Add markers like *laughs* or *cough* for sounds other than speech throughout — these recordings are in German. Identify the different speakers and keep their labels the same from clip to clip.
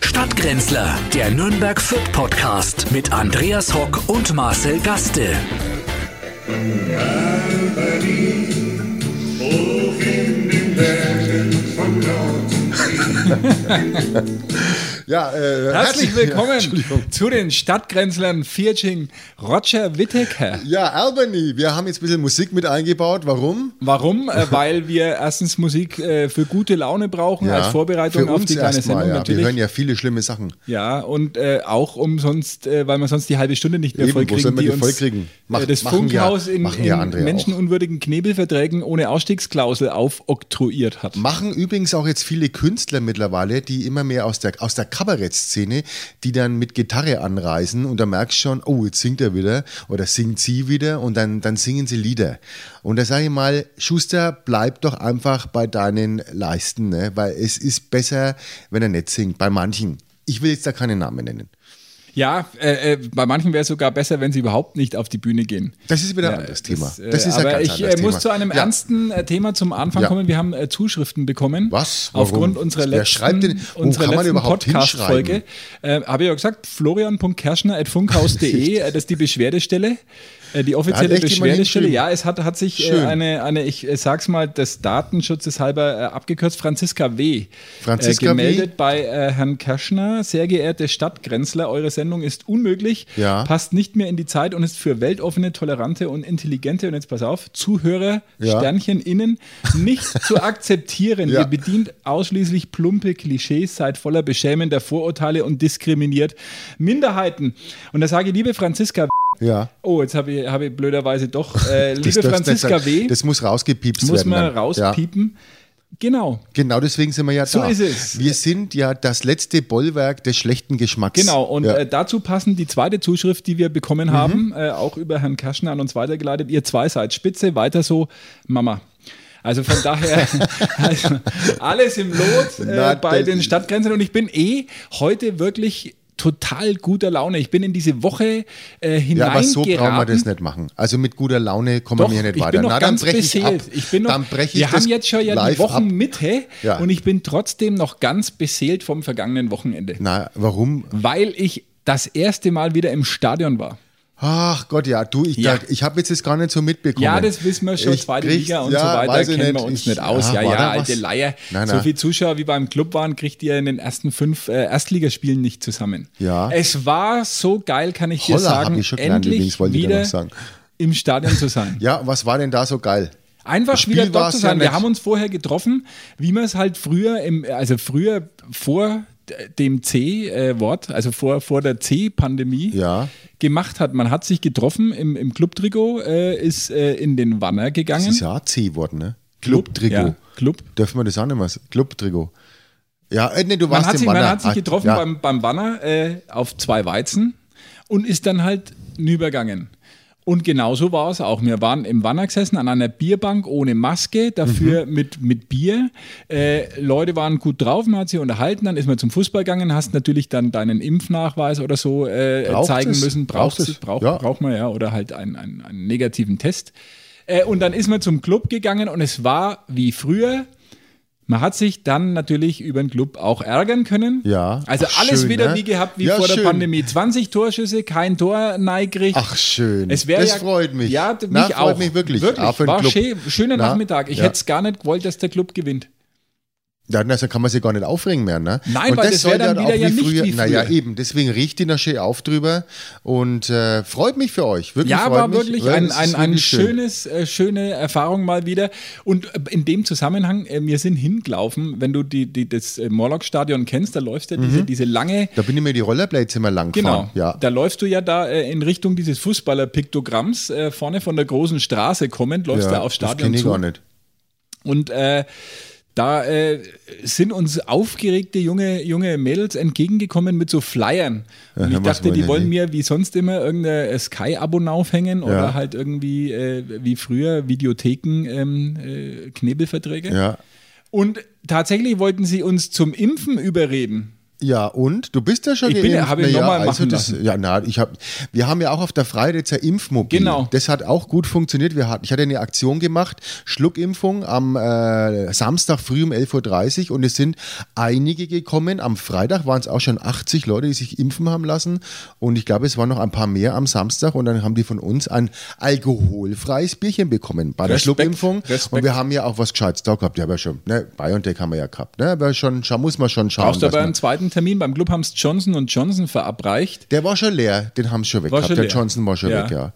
Speaker 1: Stadtgrenzler, der Nürnberg Fürth Podcast mit Andreas Hock und Marcel Gaste.
Speaker 2: Ja, äh,
Speaker 3: Herzlich willkommen
Speaker 2: Entschuldigung.
Speaker 3: zu den Stadtgrenzlern Vierching Roger Wittecker.
Speaker 2: *laughs* Ja, Albany, wir haben jetzt ein bisschen Musik mit eingebaut. Warum?
Speaker 3: Warum? Äh, Weil wir erstens Musik äh, für gute Laune brauchen
Speaker 2: Ja,
Speaker 3: als Vorbereitung
Speaker 2: für
Speaker 3: auf
Speaker 2: uns
Speaker 3: die kleine
Speaker 2: erstmal, ja.
Speaker 3: Sendung
Speaker 2: Wir hören
Speaker 3: natürlich.
Speaker 2: ja viele schlimme Sachen.
Speaker 3: Ja, und äh, auch um sonst, äh, weil wir sonst die halbe Stunde nicht mehr
Speaker 2: Eben, wo
Speaker 3: vollkriegen,
Speaker 2: sollen wir die
Speaker 3: uns
Speaker 2: vollkriegen? Mach-
Speaker 3: äh, das
Speaker 2: machen ja-
Speaker 3: Funkhaus in,
Speaker 2: machen ja
Speaker 3: in
Speaker 2: andere auch.
Speaker 3: menschenunwürdigen Knebelverträgen ohne Ausstiegsklausel aufoktroyiert hat.
Speaker 2: Machen übrigens auch jetzt viele Künstler mittlerweile, die immer mehr aus der, aus der Kabarettszene, die dann mit Gitarre anreisen und da merkst du schon, oh, jetzt singt er wieder oder singt sie wieder und dann, dann singen sie Lieder. Und da sage ich mal, Schuster, bleib doch einfach bei deinen Leisten, ne? weil es ist besser, wenn er nicht singt, bei manchen. Ich will jetzt da keine Namen nennen.
Speaker 3: Ja, äh, äh, bei manchen wäre es sogar besser, wenn sie überhaupt nicht auf die Bühne gehen.
Speaker 2: Das ist wieder ein
Speaker 3: Ja,
Speaker 2: anderes Thema. Das,
Speaker 3: äh,
Speaker 2: ist ein
Speaker 3: aber
Speaker 2: ganz
Speaker 3: ich
Speaker 2: anderes
Speaker 3: äh, muss
Speaker 2: Thema.
Speaker 3: zu einem
Speaker 2: Ja.
Speaker 3: ernsten äh, Thema zum Anfang
Speaker 2: Ja.
Speaker 3: kommen. Wir haben äh, Zuschriften bekommen.
Speaker 2: Was? Warum?
Speaker 3: Aufgrund unserer
Speaker 2: Wer
Speaker 3: letzten,
Speaker 2: schreibt denn- wo
Speaker 3: unserer
Speaker 2: kann man
Speaker 3: letzten
Speaker 2: überhaupt
Speaker 3: Podcast-Folge. Äh, Habe ich ja gesagt,
Speaker 2: *laughs*
Speaker 3: florian.kerschner.funkhaus.de, äh, das ist die Beschwerdestelle. äh, Die offizielle
Speaker 2: echt jemand
Speaker 3: Beschwerdestelle,
Speaker 2: hingeschrieben.
Speaker 3: ja, es hat, hat sich äh,
Speaker 2: Schön.
Speaker 3: eine, eine, ich äh, sag's mal, des Datenschutzes halber äh, abgekürzt, Franziska W.
Speaker 2: Franziska W.
Speaker 3: äh, gemeldet bei äh, Herrn Kerschner. Sehr geehrte Stadtgrenzler, eure Sendung ist unmöglich,
Speaker 2: Ja.
Speaker 3: passt nicht mehr in die Zeit und ist für weltoffene, tolerante und intelligente, und jetzt pass auf, Zuhörer,
Speaker 2: Ja.
Speaker 3: Sternchen innen,
Speaker 2: *laughs*
Speaker 3: nicht zu akzeptieren.
Speaker 2: Ja.
Speaker 3: Ihr bedient ausschließlich plumpe Klischees, seid voller beschämender Vorurteile und diskriminiert Minderheiten. Und da sage ich, liebe Franziska, W-
Speaker 2: Ja.
Speaker 3: oh, jetzt habe ich, habe ich blöderweise doch,
Speaker 2: *laughs*
Speaker 3: äh,
Speaker 2: Das
Speaker 3: liebe
Speaker 2: darfst du nicht
Speaker 3: Franziska
Speaker 2: sagen.
Speaker 3: W.,
Speaker 2: Das muss rausgepiepst
Speaker 3: muss
Speaker 2: werden.
Speaker 3: man
Speaker 2: dann. Ja.
Speaker 3: rauspiepen. Genau.
Speaker 2: Genau deswegen sind wir ja
Speaker 3: So
Speaker 2: da.
Speaker 3: ist es.
Speaker 2: Wir sind ja das letzte Bollwerk des schlechten Geschmacks.
Speaker 3: Genau, und
Speaker 2: ja. Mhm.
Speaker 3: äh, dazu passend die zweite Zuschrift, die wir bekommen haben, äh, auch über Herrn Kaschner an uns weitergeleitet. Ihr zwei seid spitze, weiter so, Mama. Also von
Speaker 2: *laughs*
Speaker 3: daher, also alles im Lot äh,
Speaker 2: Na,
Speaker 3: bei
Speaker 2: das-
Speaker 3: den Stadtgrenzen. Und ich bin eh heute wirklich total guter Laune. Ich bin in diese Woche äh, hineingeraten.
Speaker 2: ja, aber so brauchen wir das nicht machen. Also mit guter Laune kommen
Speaker 3: Doch,
Speaker 2: wir hier nicht
Speaker 3: ich
Speaker 2: weiter.
Speaker 3: bin noch
Speaker 2: Na, dann
Speaker 3: ganz
Speaker 2: breche ich ab.
Speaker 3: beseelt. Ich bin noch,
Speaker 2: dann breche ich
Speaker 3: wir
Speaker 2: das
Speaker 3: haben jetzt schon ja die
Speaker 2: live
Speaker 3: Wochen
Speaker 2: ab.
Speaker 3: Mitte
Speaker 2: Ja.
Speaker 3: und ich bin trotzdem noch ganz beseelt vom vergangenen Wochenende.
Speaker 2: Na, warum?
Speaker 3: weil ich das erste Mal wieder im Stadion war.
Speaker 2: Ach Gott, ja, du, ich,
Speaker 3: Ja.
Speaker 2: da- ich habe jetzt das gar nicht so mitbekommen.
Speaker 3: Ja, das wissen wir schon,
Speaker 2: Ich
Speaker 3: zweite
Speaker 2: krieg's-
Speaker 3: Liga und
Speaker 2: ja,
Speaker 3: so weiter,
Speaker 2: weiß ich
Speaker 3: kennen wir uns
Speaker 2: Ich- Ah,
Speaker 3: nicht aus.
Speaker 2: war
Speaker 3: Ja, ja,
Speaker 2: da
Speaker 3: alte
Speaker 2: was?
Speaker 3: Leier.
Speaker 2: Nein, nein.
Speaker 3: So viele Zuschauer wie beim Club waren, kriegt ihr in den ersten fünf äh, Erstligaspielen nicht zusammen.
Speaker 2: Ja.
Speaker 3: Es war so geil, kann ich dir
Speaker 2: Holla, hab
Speaker 3: sagen,
Speaker 2: ich schon gelernt,
Speaker 3: endlich
Speaker 2: übrigens, wollte ich dir
Speaker 3: wieder
Speaker 2: noch sagen.
Speaker 3: im Stadion zu sein.
Speaker 2: *laughs* ja, was war denn da so geil?
Speaker 3: Einfach
Speaker 2: Spiel
Speaker 3: wieder dort
Speaker 2: war's
Speaker 3: zu
Speaker 2: ja
Speaker 3: sein.
Speaker 2: nicht.
Speaker 3: wir haben uns vorher getroffen, wie man es halt früher, im, also früher vor dem C-Wort, also vor, vor der C-Pandemie
Speaker 2: Ja.
Speaker 3: gemacht hat. Man hat sich getroffen im, im Clubtrikot, äh, ist äh, in den Wanner gegangen.
Speaker 2: Das ist ja auch C-Wort, ne? Club-Trikot.
Speaker 3: Ja, Club.
Speaker 2: Dürfen wir das auch nicht mehr? sagen? Club-Trikot. Ja, äh, nee, du
Speaker 3: Man
Speaker 2: warst
Speaker 3: hat,
Speaker 2: im
Speaker 3: sich, man
Speaker 2: Wanner.
Speaker 3: hat sich
Speaker 2: Ah,
Speaker 3: getroffen
Speaker 2: ja.
Speaker 3: beim, beim Banner äh, auf zwei Weizen und ist dann halt nübergangen. Und genauso war es auch. Wir waren im Wanner gesessen, an einer Bierbank ohne Maske, dafür
Speaker 2: Mhm.
Speaker 3: mit, mit Bier. Äh, Leute waren gut drauf, man hat sich unterhalten, dann ist man zum Fußball gegangen, hast natürlich dann deinen Impfnachweis oder so äh,
Speaker 2: Braucht
Speaker 3: zeigen
Speaker 2: es?
Speaker 3: müssen.
Speaker 2: Braucht
Speaker 3: Braucht,
Speaker 2: es?
Speaker 3: braucht,
Speaker 2: Ja.
Speaker 3: braucht man ja, oder halt einen, einen, einen negativen Test. Äh, und dann ist man zum Club gegangen und es war wie früher. Man hat sich dann natürlich über den Club auch ärgern können.
Speaker 2: Ja.
Speaker 3: Also
Speaker 2: Ach,
Speaker 3: alles
Speaker 2: schön,
Speaker 3: wieder
Speaker 2: ne?
Speaker 3: wie gehabt wie
Speaker 2: Ja,
Speaker 3: vor
Speaker 2: schön.
Speaker 3: der Pandemie. 20 Torschüsse, kein Tor neigricht.
Speaker 2: Ach, schön.
Speaker 3: Es wär
Speaker 2: das
Speaker 3: ja,
Speaker 2: freut mich.
Speaker 3: Ja, d- mich
Speaker 2: Na,
Speaker 3: auch.
Speaker 2: freut mich wirklich.
Speaker 3: wirklich.
Speaker 2: Auch für den
Speaker 3: War
Speaker 2: Club.
Speaker 3: schön, schöner
Speaker 2: Na,
Speaker 3: Nachmittag. Ich
Speaker 2: ja.
Speaker 3: hätte es gar nicht gewollt, dass der Club gewinnt.
Speaker 2: Ja, also kann man sich gar nicht aufregen mehr, ne?
Speaker 3: Nein,
Speaker 2: und
Speaker 3: weil
Speaker 2: das
Speaker 3: das
Speaker 2: soll
Speaker 3: wär dann
Speaker 2: auch
Speaker 3: wieder ja
Speaker 2: wie
Speaker 3: nicht
Speaker 2: früher.
Speaker 3: wie
Speaker 2: Naja,
Speaker 3: früher.
Speaker 2: eben. Deswegen riecht die noch schön auf drüber und äh, freut mich für euch. Wirklich
Speaker 3: Ja,
Speaker 2: freut
Speaker 3: war
Speaker 2: mich,
Speaker 3: wirklich
Speaker 2: weil
Speaker 3: ein,
Speaker 2: es
Speaker 3: ein,
Speaker 2: ist
Speaker 3: ein
Speaker 2: wirklich schön.
Speaker 3: schönes, äh, schöne Erfahrung mal wieder. Und äh, in dem Zusammenhang, äh, wir sind hingelaufen, wenn du die, die, das äh, Morlock-Stadion kennst, da läufst ja
Speaker 2: Mhm.
Speaker 3: diese, diese lange
Speaker 2: Da bin ich mir die Rollerblades immer lang
Speaker 3: Genau.
Speaker 2: gefahren. Ja.
Speaker 3: Da läufst du ja da äh, in Richtung dieses Fußballer-Piktogramms äh, vorne von der großen Straße kommend, läufst
Speaker 2: ja,
Speaker 3: du aufs
Speaker 2: das
Speaker 3: Stadion
Speaker 2: kenne ich
Speaker 3: zu.
Speaker 2: gar nicht.
Speaker 3: Und äh, da äh, sind uns aufgeregte junge, junge Mädels entgegengekommen mit so Flyern. Und
Speaker 2: Aha,
Speaker 3: ich
Speaker 2: was
Speaker 3: dachte,
Speaker 2: wollen
Speaker 3: die
Speaker 2: die?
Speaker 3: wollen mir wie sonst immer irgendein Sky-Abo aufhängen oder halt irgendwie äh, wie früher Videotheken ähm, äh, Knebelverträge.
Speaker 2: Ja.
Speaker 3: Und tatsächlich wollten sie uns zum Impfen überreden.
Speaker 2: Ja, und du bist ja schon
Speaker 3: Ich bin ja-
Speaker 2: geimpft.
Speaker 3: hab ich
Speaker 2: Na
Speaker 3: noch mal machen
Speaker 2: das,
Speaker 3: lassen.
Speaker 2: ja, na, ich hab, wir haben ja auch auf der Freiritzer Impfmobil.
Speaker 3: Genau.
Speaker 2: Das hat auch gut funktioniert. Wir hatten, ich hatte eine Aktion gemacht, Schluckimpfung am äh, Samstag früh um 11.30 Uhr und es sind einige gekommen. Am Freitag waren es auch schon 80 Leute, die sich impfen haben lassen und ich glaube, es waren noch ein paar mehr am Samstag und dann haben die von uns ein alkoholfreies Bierchen bekommen bei der
Speaker 3: Respekt,
Speaker 2: Schluckimpfung. Und
Speaker 3: Respekt.
Speaker 2: wir haben ja auch was Gescheites da gehabt. Die haben ja schon, ne, BioNTech haben wir ja gehabt. Ne, aber schon, schon muss man schon schauen.
Speaker 3: Brauchst
Speaker 2: dass
Speaker 3: aber
Speaker 2: man-
Speaker 3: einen zweiten Termin. Beim Club haben es Johnson Johnson verabreicht.
Speaker 2: der war schon leer, den haben sie schon weg
Speaker 3: War
Speaker 2: gehabt.
Speaker 3: schon
Speaker 2: Der
Speaker 3: leer.
Speaker 2: Johnson war schon
Speaker 3: Ja.
Speaker 2: weg, ja.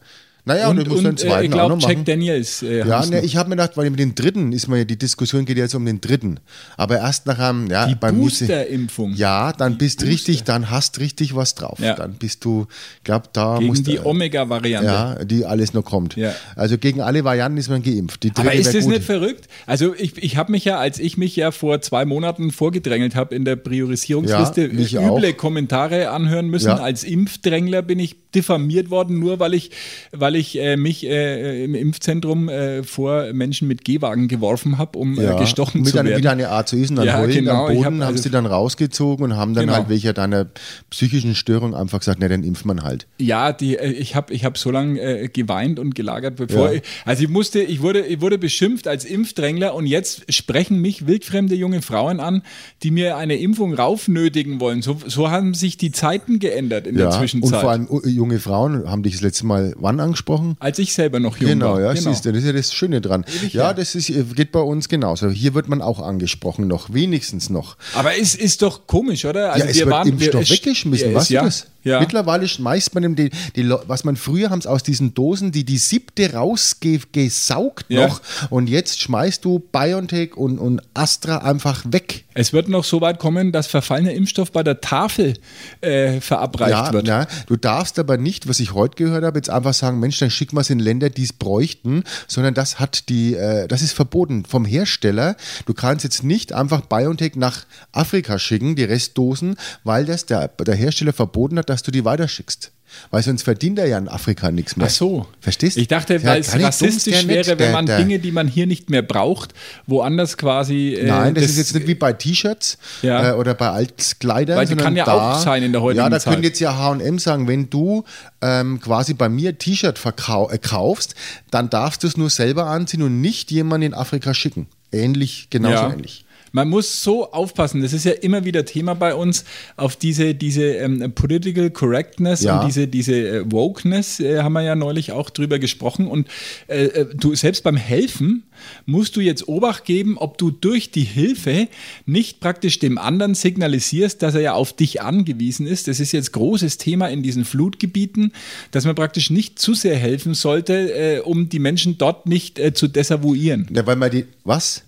Speaker 2: Naja, und, ich muss dann
Speaker 3: und, äh,
Speaker 2: zweiten
Speaker 3: ich
Speaker 2: auch
Speaker 3: glaube,
Speaker 2: noch
Speaker 3: Jack
Speaker 2: machen.
Speaker 3: Daniels. Äh,
Speaker 2: ja,
Speaker 3: haben's
Speaker 2: ne,
Speaker 3: noch.
Speaker 2: ich habe mir gedacht, weil mit dem dritten ist man ja, die Diskussion geht ja jetzt um den dritten. Aber erst nach einem, ja,
Speaker 3: die
Speaker 2: beim Nisi-
Speaker 3: Boosterimpfung
Speaker 2: Ja, dann bist du richtig, dann hast richtig was drauf.
Speaker 3: Ja.
Speaker 2: Dann bist du, glaub, da
Speaker 3: gegen
Speaker 2: musst
Speaker 3: die
Speaker 2: du.
Speaker 3: Omega-Variante.
Speaker 2: Ja, die alles noch kommt.
Speaker 3: Ja.
Speaker 2: Also gegen alle Varianten ist man geimpft. Die dritte
Speaker 3: Aber ist
Speaker 2: wär
Speaker 3: das
Speaker 2: gut.
Speaker 3: nicht verrückt? Also ich, ich habe mich ja, als ich mich ja vor zwei Monaten vorgedrängelt habe in der Priorisierungsliste,
Speaker 2: Ja, mich
Speaker 3: üble
Speaker 2: auch.
Speaker 3: Kommentare anhören müssen.
Speaker 2: Ja.
Speaker 3: Als Impfdrängler bin ich diffamiert worden, nur weil ich, weil ich äh, mich äh, im Impfzentrum äh, vor Menschen mit Gehwagen geworfen habe, um
Speaker 2: ja,
Speaker 3: äh, gestochen
Speaker 2: mit
Speaker 3: zu
Speaker 2: einer,
Speaker 3: werden.
Speaker 2: Wieder eine Art zu ist, und dann
Speaker 3: Ja,
Speaker 2: heulen
Speaker 3: genau,
Speaker 2: am
Speaker 3: ich
Speaker 2: Boden,
Speaker 3: hab
Speaker 2: haben
Speaker 3: also-
Speaker 2: sie dann rausgezogen und haben dann
Speaker 3: Genau.
Speaker 2: halt welche deiner psychischen Störung einfach gesagt, na, dann impft man halt.
Speaker 3: Ja, die, äh, ich habe ich hab so lange äh, geweint und gelagert, bevor
Speaker 2: Ja.
Speaker 3: ich, also ich musste, ich wurde, ich wurde beschimpft als Impfdrängler und jetzt sprechen mich wildfremde junge Frauen an, die mir eine Impfung raufnötigen wollen. So, so haben sich die Zeiten geändert in
Speaker 2: Ja,
Speaker 3: der Zwischenzeit.
Speaker 2: Und vor allem u- junge Frauen haben dich das letzte Mal wann angesprochen?
Speaker 3: als ich selber noch jung
Speaker 2: Genau,
Speaker 3: war.
Speaker 2: ja, siehst du, das ist ja das Schöne dran. ja, das ist, äh, geht bei uns genauso. Hier wird man auch angesprochen noch, wenigstens noch.
Speaker 3: Aber es ist doch komisch, oder? Also
Speaker 2: Ja, es wird Impfstoff
Speaker 3: es-
Speaker 2: weggeschmissen,
Speaker 3: es-
Speaker 2: weißt
Speaker 3: ja,
Speaker 2: du das?
Speaker 3: Ja.
Speaker 2: Mittlerweile schmeißt man dem, die, die, Lo- was man früher haben es aus diesen Dosen, die die siebte rausgesaugt
Speaker 3: Ja.
Speaker 2: noch und jetzt schmeißt du BioNTech und, und Astra einfach weg.
Speaker 3: Es wird noch so weit kommen, dass verfallener Impfstoff bei der Tafel äh, verabreicht
Speaker 2: Ja,
Speaker 3: wird.
Speaker 2: ja, du darfst aber nicht, was ich heute gehört habe, jetzt einfach sagen, Mensch, dann schicken wir es in Länder, die es bräuchten, sondern das hat die, äh, das ist verboten vom Hersteller. Du kannst jetzt nicht einfach BioNTech nach Afrika schicken, die Restdosen, weil das der, der Hersteller verboten hat, dass du die weiterschickst. Weil sonst verdient er ja in Afrika nichts mehr.
Speaker 3: Ach so.
Speaker 2: Verstehst
Speaker 3: Ich dachte,
Speaker 2: Ja,
Speaker 3: weil es
Speaker 2: kann ich dumm's
Speaker 3: rassistisch
Speaker 2: ja nicht.
Speaker 3: wäre,
Speaker 2: Der-
Speaker 3: wenn man
Speaker 2: der-
Speaker 3: Dinge, die man hier nicht mehr braucht, woanders quasi. äh,
Speaker 2: Nein, das, ist jetzt nicht wie bei T-Shirts
Speaker 3: Ja.
Speaker 2: äh, oder bei Altkleidern.
Speaker 3: Weil die
Speaker 2: sondern
Speaker 3: kann ja
Speaker 2: da,
Speaker 3: auch sein in der heutigen
Speaker 2: Ja, da
Speaker 3: Zeit.
Speaker 2: könnte jetzt ja H&M sagen, wenn du ähm, quasi bei mir T-Shirt verkau- äh, kaufst, dann darfst du es nur selber anziehen und nicht jemanden in Afrika schicken. Ähnlich, genauso
Speaker 3: ja.
Speaker 2: ähnlich.
Speaker 3: Man muss so aufpassen, das ist ja immer wieder Thema bei uns, auf diese, diese ähm, Political Correctness
Speaker 2: Ja.
Speaker 3: und diese, diese äh, Wokeness äh, haben wir ja neulich auch drüber gesprochen. Und äh, äh, du selbst beim Helfen musst du jetzt Obacht geben, ob du durch die Hilfe nicht praktisch dem anderen signalisierst, dass er ja auf dich angewiesen ist. Das ist jetzt großes Thema in diesen Flutgebieten, dass man praktisch nicht zu sehr helfen sollte, äh, um die Menschen dort nicht äh, zu desavouieren.
Speaker 2: Ja, weil man die, was?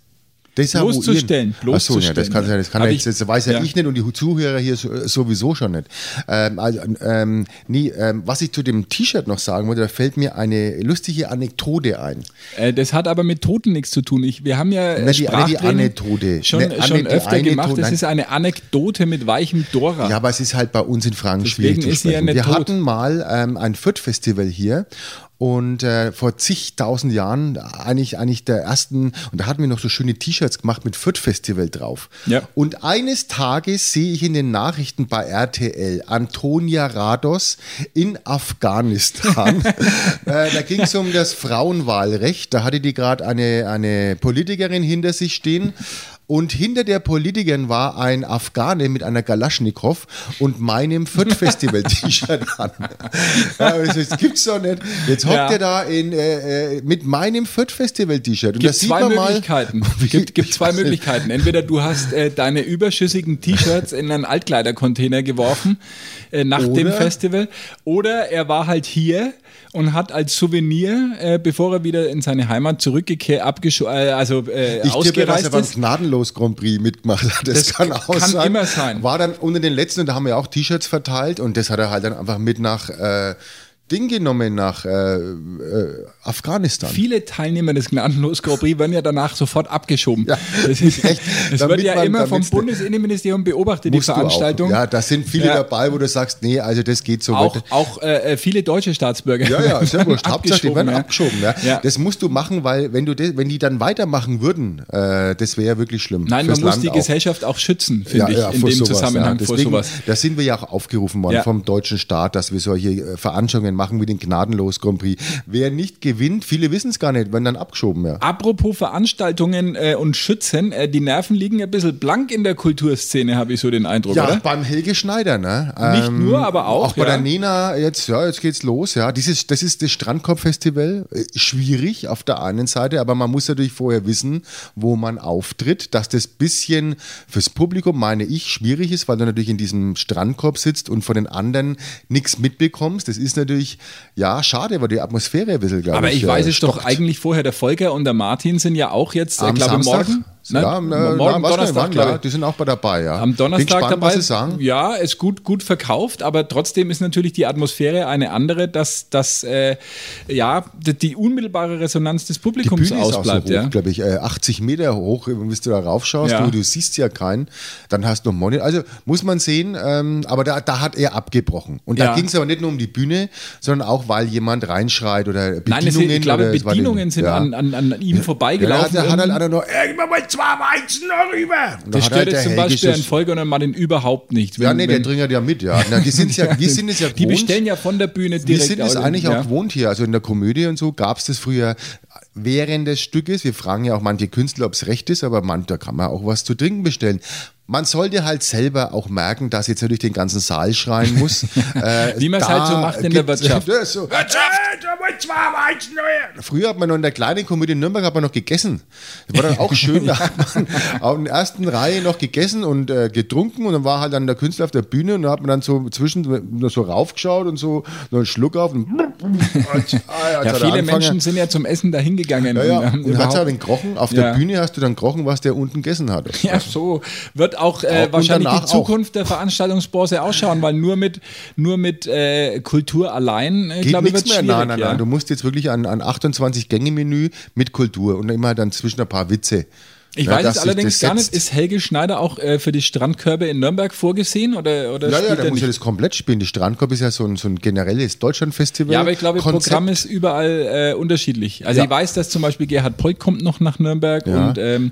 Speaker 2: Desavouieren.
Speaker 3: Bloßzustellen,
Speaker 2: Ach so, ja, das
Speaker 3: bloßzustellen.
Speaker 2: kann sein, das kann
Speaker 3: Hab
Speaker 2: ja jetzt,
Speaker 3: ich-
Speaker 2: das weiß ja,
Speaker 3: ja.
Speaker 2: ich nicht und die Zuhörer hier so- sowieso schon nicht. Ähm, also, ähm, nee, ähm, was ich zu dem T-Shirt noch sagen wollte, da fällt mir eine lustige Anekdote ein.
Speaker 3: Äh, Das hat aber mit Toten nichts zu tun. Ich, wir haben ja äh,
Speaker 2: Na, die- eine- die
Speaker 3: Sprachtraining
Speaker 2: Anekdote.
Speaker 3: schon,
Speaker 2: Ne, Ane-
Speaker 3: schon
Speaker 2: die
Speaker 3: öfter
Speaker 2: eine
Speaker 3: gemacht.
Speaker 2: Tote-
Speaker 3: Das
Speaker 2: nein.
Speaker 3: ist eine Anekdote mit weichem Dora.
Speaker 2: Ja, aber es ist halt bei uns in Franken schwierig zu
Speaker 3: ist sie ja
Speaker 2: sprechen.
Speaker 3: nicht
Speaker 2: Wir
Speaker 3: tot.
Speaker 2: hatten mal ähm, ein Fürth-Festival hier und äh, vor zigtausend Jahren eigentlich, eigentlich der ersten, und da hatten wir noch so schöne T-Shirts gemacht mit Fürth-Festival drauf.
Speaker 3: Ja.
Speaker 2: Und eines Tages sehe ich in den Nachrichten bei RTL Antonia Rados in
Speaker 3: *laughs*
Speaker 2: Afghanistan. äh, da ging es um das Frauenwahlrecht. Da hatte die gerade eine, eine Politikerin hinter sich stehen. Und hinter der Politikerin war ein Afghane mit einer Galaschnikow und meinem
Speaker 3: *laughs*
Speaker 2: Fürth-Festival-T-Shirt an. Ja, und ich so, das gibt's doch nicht. Jetzt hockt
Speaker 3: Ja.
Speaker 2: er da in, äh, äh, mit meinem Fürth-Festival-T-Shirt. Und
Speaker 3: Gibt
Speaker 2: das sieht
Speaker 3: zwei
Speaker 2: man mal.
Speaker 3: Möglichkeiten.
Speaker 2: *laughs* Wie-
Speaker 3: Gibt, gibt
Speaker 2: ich
Speaker 3: zwei
Speaker 2: weiß nicht.
Speaker 3: Möglichkeiten. Entweder du hast äh, deine überschüssigen T-Shirts in einen Altkleidercontainer geworfen äh, nach dem
Speaker 2: Oder-
Speaker 3: Festival, oder er war halt hier und hat als Souvenir, äh, bevor er wieder in seine Heimat zurückgekehrt, abgesch- äh, also äh,
Speaker 2: Ich tippe, dass er
Speaker 3: ausgereist
Speaker 2: beim
Speaker 3: ist.
Speaker 2: Gnadenlos Grand Prix mitgemacht hat. Das,
Speaker 3: Das
Speaker 2: kann
Speaker 3: kann
Speaker 2: auch sein.
Speaker 3: immer sein.
Speaker 2: War dann unter den letzten und da haben wir auch T-Shirts verteilt und das hat er halt dann einfach mit nach äh, Ding genommen nach äh, äh, Afghanistan.
Speaker 3: Viele Teilnehmer des gnadenlos Grand Prix werden ja danach sofort abgeschoben.
Speaker 2: Ja,
Speaker 3: *laughs* das ist
Speaker 2: echt.
Speaker 3: Es
Speaker 2: Damit
Speaker 3: wird ja
Speaker 2: man-
Speaker 3: immer vom
Speaker 2: damit's-
Speaker 3: Bundesinnenministerium beobachtet, die
Speaker 2: Musst du auch.
Speaker 3: Veranstaltung.
Speaker 2: Ja, da sind viele
Speaker 3: Ja.
Speaker 2: dabei, wo du sagst, nee, also das geht so
Speaker 3: Auch,
Speaker 2: weiter.
Speaker 3: auch äh, äh, viele deutsche Staatsbürger.
Speaker 2: Ja, ja, ist ja
Speaker 3: werden *laughs*
Speaker 2: wurscht. Hauptsache, die werden
Speaker 3: ja.
Speaker 2: abgeschoben. Ja.
Speaker 3: Ja.
Speaker 2: Das musst du machen, weil wenn du das, wenn die dann weitermachen würden, äh, das wäre ja wirklich schlimm.
Speaker 3: Nein,
Speaker 2: fürs
Speaker 3: man muss
Speaker 2: Land
Speaker 3: die
Speaker 2: auch.
Speaker 3: Gesellschaft auch schützen,
Speaker 2: Ja,
Speaker 3: finde
Speaker 2: ja,
Speaker 3: ich, in
Speaker 2: vor
Speaker 3: dem
Speaker 2: sowas,
Speaker 3: Zusammenhang
Speaker 2: ja.
Speaker 3: vor
Speaker 2: Deswegen,
Speaker 3: sowas.
Speaker 2: Da sind wir ja auch aufgerufen worden
Speaker 3: Ja.
Speaker 2: vom deutschen Staat, dass wir solche äh, Veranstaltungen machen wie den Gnadenlos Grand Prix. Wer nicht gewinnt, viele wissen es gar nicht, werden dann abgeschoben. Ja.
Speaker 3: Apropos Veranstaltungen äh, und Schützen, äh, die Nerven liegen ein bisschen blank in der Kulturszene, habe ich so den Eindruck,
Speaker 2: Ja,
Speaker 3: oder?
Speaker 2: beim Helge Schneider, ne?
Speaker 3: Nicht nur, aber auch,
Speaker 2: Auch bei
Speaker 3: ja.
Speaker 2: der Nena, jetzt, ja, jetzt geht's los, ja. Dieses, das ist das Strandkorb-Festival. Äh, Schwierig auf der einen Seite, aber man muss natürlich vorher wissen, wo man auftritt, dass das bisschen fürs Publikum, meine ich, schwierig ist, weil du natürlich in diesem Strandkorb sitzt und von den anderen nichts mitbekommst. Das ist natürlich, ja, schade, weil die Atmosphäre ein bisschen, glaube
Speaker 3: Aber ich
Speaker 2: äh,
Speaker 3: weiß es doch
Speaker 2: stockt.
Speaker 3: eigentlich vorher, der Volker und der Martin sind ja auch jetzt, äh,
Speaker 2: Am
Speaker 3: glaube
Speaker 2: Samstag?
Speaker 3: morgen.
Speaker 2: Ja,
Speaker 3: Nein,
Speaker 2: na,
Speaker 3: morgen
Speaker 2: na, weiß nicht,
Speaker 3: Donnerstag,
Speaker 2: wann, ja,
Speaker 3: glaube ich.
Speaker 2: Die sind auch bei dabei, ja.
Speaker 3: Am Donnerstag
Speaker 2: Bin gespannt,
Speaker 3: dabei.
Speaker 2: was sie sagen.
Speaker 3: Ja, ist gut, gut verkauft, aber trotzdem ist natürlich die Atmosphäre eine andere, dass, dass äh, ja, die, die unmittelbare Resonanz des
Speaker 2: Die
Speaker 3: Publikums
Speaker 2: Bühne ist auch so hoch,
Speaker 3: ausbleibt. ja.
Speaker 2: glaube ich, äh, 80 Meter hoch, bis du da raufschaust,
Speaker 3: Ja.
Speaker 2: du, du siehst ja keinen, dann hast du noch Monitor. Also muss man sehen, ähm, aber da, da hat er abgebrochen. Und da
Speaker 3: Ja.
Speaker 2: ging es aber nicht nur um die Bühne, sondern auch, weil jemand reinschreit oder Bedienungen.
Speaker 3: Nein, es sind, ich glaube,
Speaker 2: oder es war die-
Speaker 3: Bedienungen sind
Speaker 2: ja.
Speaker 3: an, an, an ihm
Speaker 2: Ja, da hat,
Speaker 3: vorbeigelaufen.
Speaker 2: da hat halt
Speaker 3: irgendwie.
Speaker 2: einer nur, irgendwann mal zwei Weizen noch rüber. Und da
Speaker 3: das
Speaker 2: hat
Speaker 3: stört
Speaker 2: halt der
Speaker 3: jetzt zum
Speaker 2: Helge
Speaker 3: Beispiel
Speaker 2: schon-
Speaker 3: einen Volker und einen Martin überhaupt nicht.
Speaker 2: Ja,
Speaker 3: Wenn-
Speaker 2: nee, der
Speaker 3: wenn-
Speaker 2: trinkt ja mit, ja. Na, die sind's ja wir sind es ja
Speaker 3: *laughs* die bestellen ja von der Bühne direkt.
Speaker 2: wir sind es
Speaker 3: aus-
Speaker 2: eigentlich
Speaker 3: ja.
Speaker 2: auch gewohnt hier. Also in der Komödie und so gab es das früher während des Stückes. Wir fragen ja auch manche Künstler, ob es recht ist, aber man, da kann man auch was zu trinken bestellen. Man sollte halt selber auch merken, dass jetzt natürlich den ganzen Saal schreien muss.
Speaker 3: *laughs*
Speaker 2: äh,
Speaker 3: Wie man's
Speaker 2: da
Speaker 3: halt so macht in der
Speaker 2: gibt's- *laughs*
Speaker 3: Wirtschaft.
Speaker 2: Ja, so. Früher hat man noch in der kleinen Komödie in Nürnberg hat man noch gegessen. Das war dann auch schön. Da hat man auf der ersten Reihe noch gegessen und äh, getrunken und dann war halt dann der Künstler auf der Bühne und da hat man dann so zwischen nur so raufgeschaut und so, so einen Schluck auf und Ah, jetzt
Speaker 3: Ja,
Speaker 2: hat er
Speaker 3: viele
Speaker 2: angefangen.
Speaker 3: Menschen sind ja zum Essen dahin gegangen.
Speaker 2: ja, ja.
Speaker 3: haben
Speaker 2: und hat
Speaker 3: überhaupt-
Speaker 2: ja den Krochen. Auf der
Speaker 3: Ja.
Speaker 2: Bühne hast du dann Krochen, was der unten gegessen hat.
Speaker 3: *laughs* Ja, so wird
Speaker 2: Auch
Speaker 3: auch äh,
Speaker 2: und
Speaker 3: wahrscheinlich
Speaker 2: danach
Speaker 3: die Zukunft der Veranstaltungsbranche ausschauen, weil nur mit, nur mit äh, Kultur allein, äh,
Speaker 2: Geht
Speaker 3: glaube ich, wird
Speaker 2: nichts mehr.
Speaker 3: schwierig.
Speaker 2: Nein, nein,
Speaker 3: ja.
Speaker 2: nein. Du musst jetzt wirklich an, an 28 Gänge-Menü mit Kultur und immer dann zwischen ein paar Witze.
Speaker 3: Ich
Speaker 2: Ja,
Speaker 3: weiß
Speaker 2: dass sich
Speaker 3: es allerdings
Speaker 2: das
Speaker 3: gar nicht,
Speaker 2: setzt.
Speaker 3: ist Helge Schneider auch äh, für die Strandkörbe in Nürnberg vorgesehen oder, oder
Speaker 2: Ja, ja,
Speaker 3: spielt
Speaker 2: der
Speaker 3: er
Speaker 2: muss ja
Speaker 3: nicht?
Speaker 2: das komplett spielen. Die Strandkorb ist ja so ein, so ein generelles Deutschlandfestival.
Speaker 3: Ja, aber ich glaube,
Speaker 2: Konzept.
Speaker 3: Programm ist überall äh, unterschiedlich. Also
Speaker 2: Ja.
Speaker 3: ich weiß, dass zum Beispiel Gerhard Polt kommt noch nach Nürnberg
Speaker 2: Ja.
Speaker 3: und ähm,